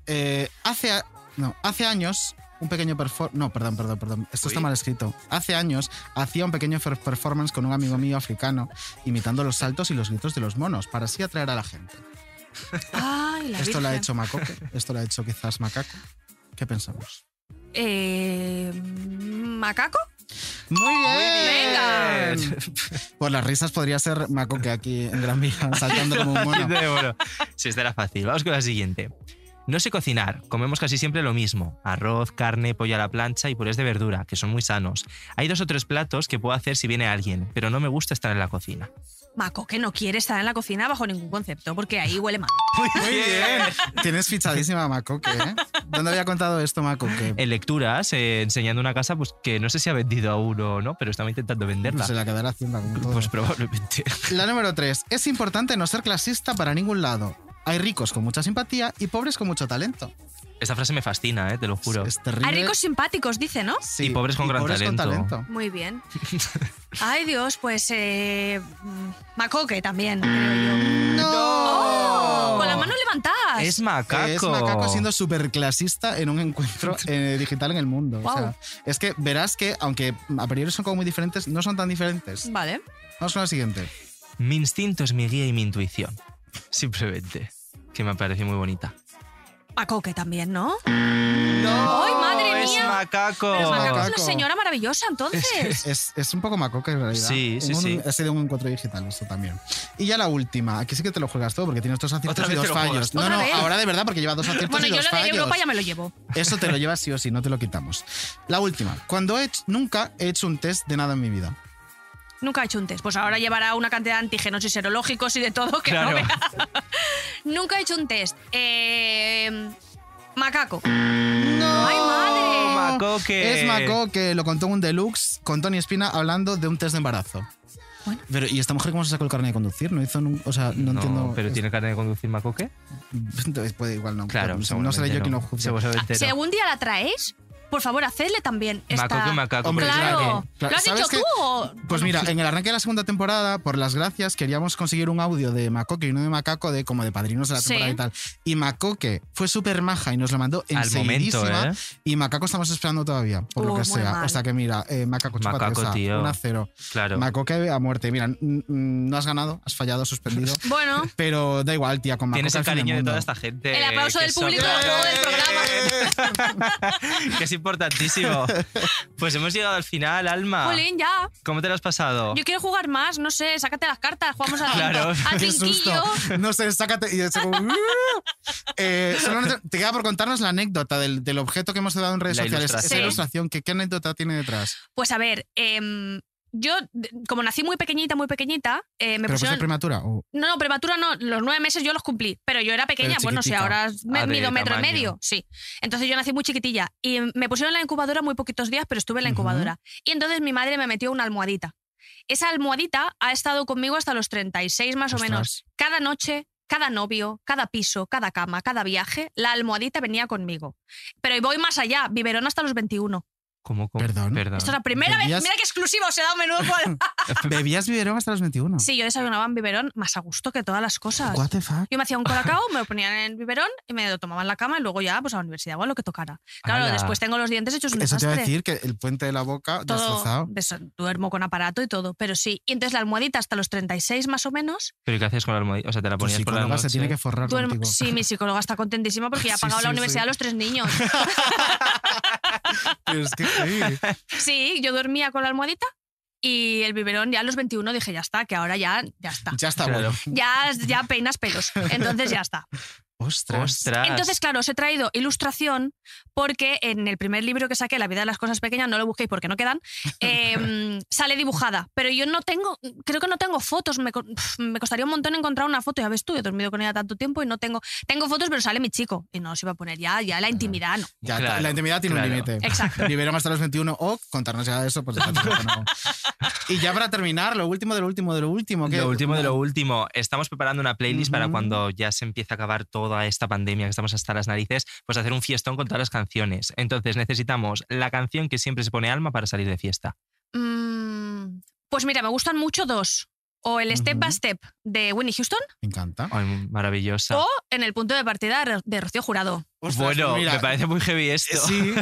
Eh, hace, a- no, hace años, un pequeño performance. No, perdón, perdón, perdón. Esto está mal escrito. Hace años hacía un pequeño fer- performance con un amigo mío africano, imitando los saltos y los gritos de los monos, para así atraer a la gente.
Ay, la
esto lo ha
Virgen.
hecho Macoque, esto lo ha hecho quizás Macaco. ¿Qué pensamos?
Eh, ¿Macaco?
Muy bien.
Venga.
Por las risas podría ser Macoque aquí en Gran Vía, saltando como un mono.
bueno, sí, estará fácil. Vamos con la siguiente. No sé cocinar, comemos casi siempre lo mismo, arroz, carne, pollo a la plancha y purés de verdura, que son muy sanos. Hay dos o tres platos que puedo hacer si viene alguien, pero no me gusta estar en la cocina.
Maco, que no quiere estar en la cocina bajo ningún concepto, porque ahí huele mal.
Muy bien. Tienes fichadísima a Macoque, ¿eh? ¿Dónde había contado esto Macoque?
En lecturas, eh, enseñando una casa pues, que no sé si ha vendido aún o no, pero estaba intentando venderla.
Pues se la quedará haciendo como todo.
Pues probablemente.
La número 3. Es importante no ser clasista para ningún lado. Hay ricos con mucha simpatía y pobres con mucho talento.
Esta frase me fascina, eh, te lo juro.
Es terrible.
Hay ricos simpáticos, dice, ¿no?
y pobres con
y
gran
pobres con
talento.
talento.
Muy bien. Ay, Dios, pues. Eh, mm, Macoque también, creo yo.
¡No!
¡Oh! Con la mano levantada.
Es macaco.
Es macaco siendo súper clasista en un encuentro eh, digital en el mundo. O
Guau.
sea, es que verás que, aunque a priori son como muy diferentes, no son tan diferentes.
Vale.
Vamos con la siguiente.
Mi instinto es mi guía y mi intuición. Simplemente. Que me parece muy bonita.
Macoque también,
Oh,
¿no?
¡No!
¡Ay, madre
¡Es
mía!
macaco!
Pero Macaco es una
Macaco.
señora maravillosa, entonces.
Es, es un poco macoca en realidad.
Sí, sí,
En un-
sí.
Ha sido un encuentro digital esto también. Y ya la última. Aquí sí que te lo juegas todo porque tienes dos aciertos
Otra
y
vez
dos
te lo juegas
fallos. No,
¿Otra
no,
vez?
ahora de verdad porque lleva dos aciertos
Bueno,
y
yo
dos
lo de
fallos.
Europa ya me lo llevo.
Eso te lo llevas sí o sí, no te lo quitamos. La última. Cuando he hecho- nunca he hecho un test de nada en mi vida.
Nunca he hecho un test. Pues ahora llevará una cantidad de antígenos y serológicos y de todo que
Mm. Claro.
no vea. Nunca he hecho un test. Eh, macaco.
¡No!
¡Ay, madre!
Macoque.
Es Maco que lo contó en un deluxe con Tony Espina hablando de un test de embarazo.
Bueno.
Pero, ¿y esta mujer cómo se sacó el carnet de conducir? No hizo nun- O sea, no, entiendo.
pero tiene carne de conducir Macoque. Pues
Entonces, puede igual no.
Claro,
no seré yo quien lo juzgue.
Seguramente
Si
no.
algún día la traéis, por favor, hacedle también esta...
Macaco, macaco,
Hombre,
pero es
claro.
macaco.
¿Lo has
¿Sabes
dicho
qué?
tú o...?
Pues mira, en el arranque de la segunda temporada, por las gracias, queríamos conseguir un audio de Macoque y uno de Macaco, de como de padrinos de la
Sí.
temporada y tal. Y Macoque fue súper maja y nos lo mandó
Al momento, ¿eh?
enseguidísima. Y Macaco estamos esperando todavía, por lo
Uh,
que
muy
sea.
mal.
O sea que mira, eh, Macaco, chúpate
Macaco,
esa,
tío.
una cero.
Claro.
Macoque a muerte. Mira, n- n- no has ganado, has fallado, suspendido.
Bueno,
Pero da igual, tía, con Macoque
Tienes el
al fin del
cariño de
mundo.
toda esta gente.
El aplauso
que
del
son-
público luego del
que es importantísimo. Pues hemos llegado al final, Alma.
Jolín, ya.
¿Cómo te lo has pasado?
Yo quiero jugar más, no sé, sácate las cartas, jugamos al,
Oh. Claro.
al
Qué
cinquillo.
susto. No sé, sácate. Y es como, "Uh". Eh, solo no te, te queda por contarnos la anécdota del, del objeto que hemos dado en redes
La
sociales.
ilustración.
Esa
Sí.
ilustración, ¿qué, qué anécdota tiene detrás?
Pues a ver, em, yo, de- como nací muy pequeñita, muy pequeñita, eh,
pues
¿Pero
me
fue
pusieron...
prematura? o-
No, no, prematura no. Los nueve meses yo los cumplí, pero yo era pequeña.
Pero
Bueno, si
chiquitica.
ahora me,
Ah, de
mido metro y
tamaño.
medio. Sí. Entonces yo nací muy chiquitilla y me pusieron en la incubadora muy poquitos días, pero estuve en la incubadora. Y entonces mi madre me metió una almohadita. Esa almohadita ha estado conmigo hasta los 36 más o menos.
Ostras.
Cada noche, cada novio, cada piso, cada cama, cada viaje, la almohadita venía conmigo. Pero voy más allá, biberón hasta los 21.
Ah, ¿Cómo, cómo?
Perdón.
Esto es la primera
¿Bebías?
vez, mira qué exclusivo se da un menudo. cuadro.
¿Bebías biberón hasta los 21?
sí, yo desayunaba en biberón más a gusto que todas las cosas.
What the fuck?
Yo me hacía un colacao, me lo ponían en el biberón y me lo tomaba en la cama y luego ya pues a la universidad o a lo que tocara. Claro,
Ala.
después tengo los dientes hechos un
Eso te
desastre.
iba a decir que el puente de la boca
todo
destrozado.
des- duermo con aparato y todo, pero sí. Y entonces la almohadita hasta los 36 más o menos.
¿Pero qué haces con la almohadilla? O sea, te la
Tu
ponías por la
psicóloga
noche.
se tiene que forrar
duermo-
contigo.
sí, mi psicóloga está contentísima porque ya ha
Sí,
pagado la
sí,
universidad
sí.
a los tres niños.
Pero es que, sí.
sí, yo dormía con la almohadita y el biberón ya a los 21 dije ya está, que ahora ya ya está.
Ya está
Claro.
bueno.
Ya, ya peinas pelos. Entonces ya está.
Ostras.
Ostras.
Entonces, claro, os he traído ilustración porque en el primer libro que saqué, La vida de las cosas pequeñas, no lo busquéis porque no quedan, eh, sale dibujada. Pero yo no tengo, creo que no tengo fotos. Me, co- pf, me costaría un montón encontrar una foto. Ya ves tú, he dormido con ella tanto tiempo y no tengo. Tengo fotos, pero sale mi chico. Y no os iba a poner ya, ya la intimidad, no.
Ya,
Claro,
la intimidad tiene
claro.
un límite.
Exacto.
Biberón hasta los 21 o contarnos ya eso, pues ya tampoco no. Y ya para terminar, lo último de lo último de lo último. ¿qué?
Lo último de lo último. Estamos preparando una playlist para
Ujú.
cuando ya se empiece a acabar toda esta pandemia, que estamos hasta las narices, pues hacer un fiestón con todas las canciones. Entonces necesitamos la canción que siempre se pone alma para salir de fiesta.
Mm, pues mira, me gustan mucho dos. O el Step by
Ujú.
Step de Winnie Houston
Me encanta.
Ay, maravillosa.
Oh. o en el punto de partida de Rocío Jurado.
Ostras, pues
bueno,
mira,
me parece muy heavy
eh,
esto.
Sí,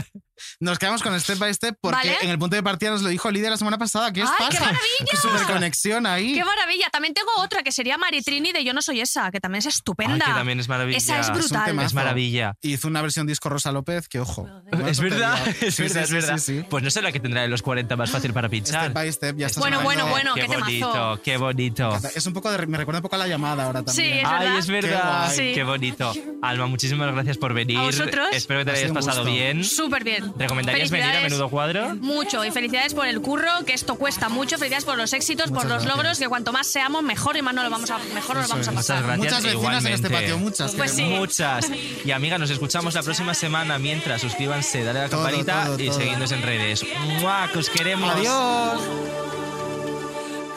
Nos quedamos con Step by Step porque
Vale.
en el punto de partida nos lo dijo Lidia la semana pasada. ¿Qué os
¡Ay, qué
pasa?
maravilla!
Superconexión ahí.
¡Qué maravilla! También tengo otra que sería Maritrini de Yo no soy esa, que también es
Ay,
estupenda.
que también es maravilla.
Esa es
un
brutal.
temazo.
Es maravilla.
Hizo una versión disco Rosa López, que ojo. una
Es verdad,
tontería.
es
Sí,
verdad,
sí,
es
sí,
verdad.
sí, sí.
Pues no sé la que tendrá de los 40 más fácil para pinchar.
Step by step, ya estás
Bueno,
hablando.
bueno, bueno,
qué
qué
bonito,
temazo.
qué bonito.
Es un poco de- me recuerda un poco a la llamada ahora también.
Sí, es
Ay,
verdad.
es verdad.
Qué
Qué,
guay.
bonito. Alma, muchísimas gracias por venir.
¿A vosotros?
Espero que te
Ha
lo hayas
sido un
pasado
gusto.
bien.
Súper bien.
¿Recomendarías venir a
Felicidades.
menudo cuadro?
Mucho. Y felicidades por el curro, que esto cuesta mucho. Felicidades por los éxitos,
Muchas
por los
gracias.
logros, que cuanto más seamos, mejor y más nos lo vamos a, mejor nos lo vamos a
Muchas
pasar.
gracias.
Muchas vecinas en este
igualmente.
patio, muchas,
Pues sí.
Muchas. Y amiga, nos escuchamos la próxima semana. Mientras, suscríbanse, dale a la
Todo,
campanita
todo,
y
todo.
seguidnos en redes. ¡Mua! Que os queremos.
Adiós.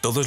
Todos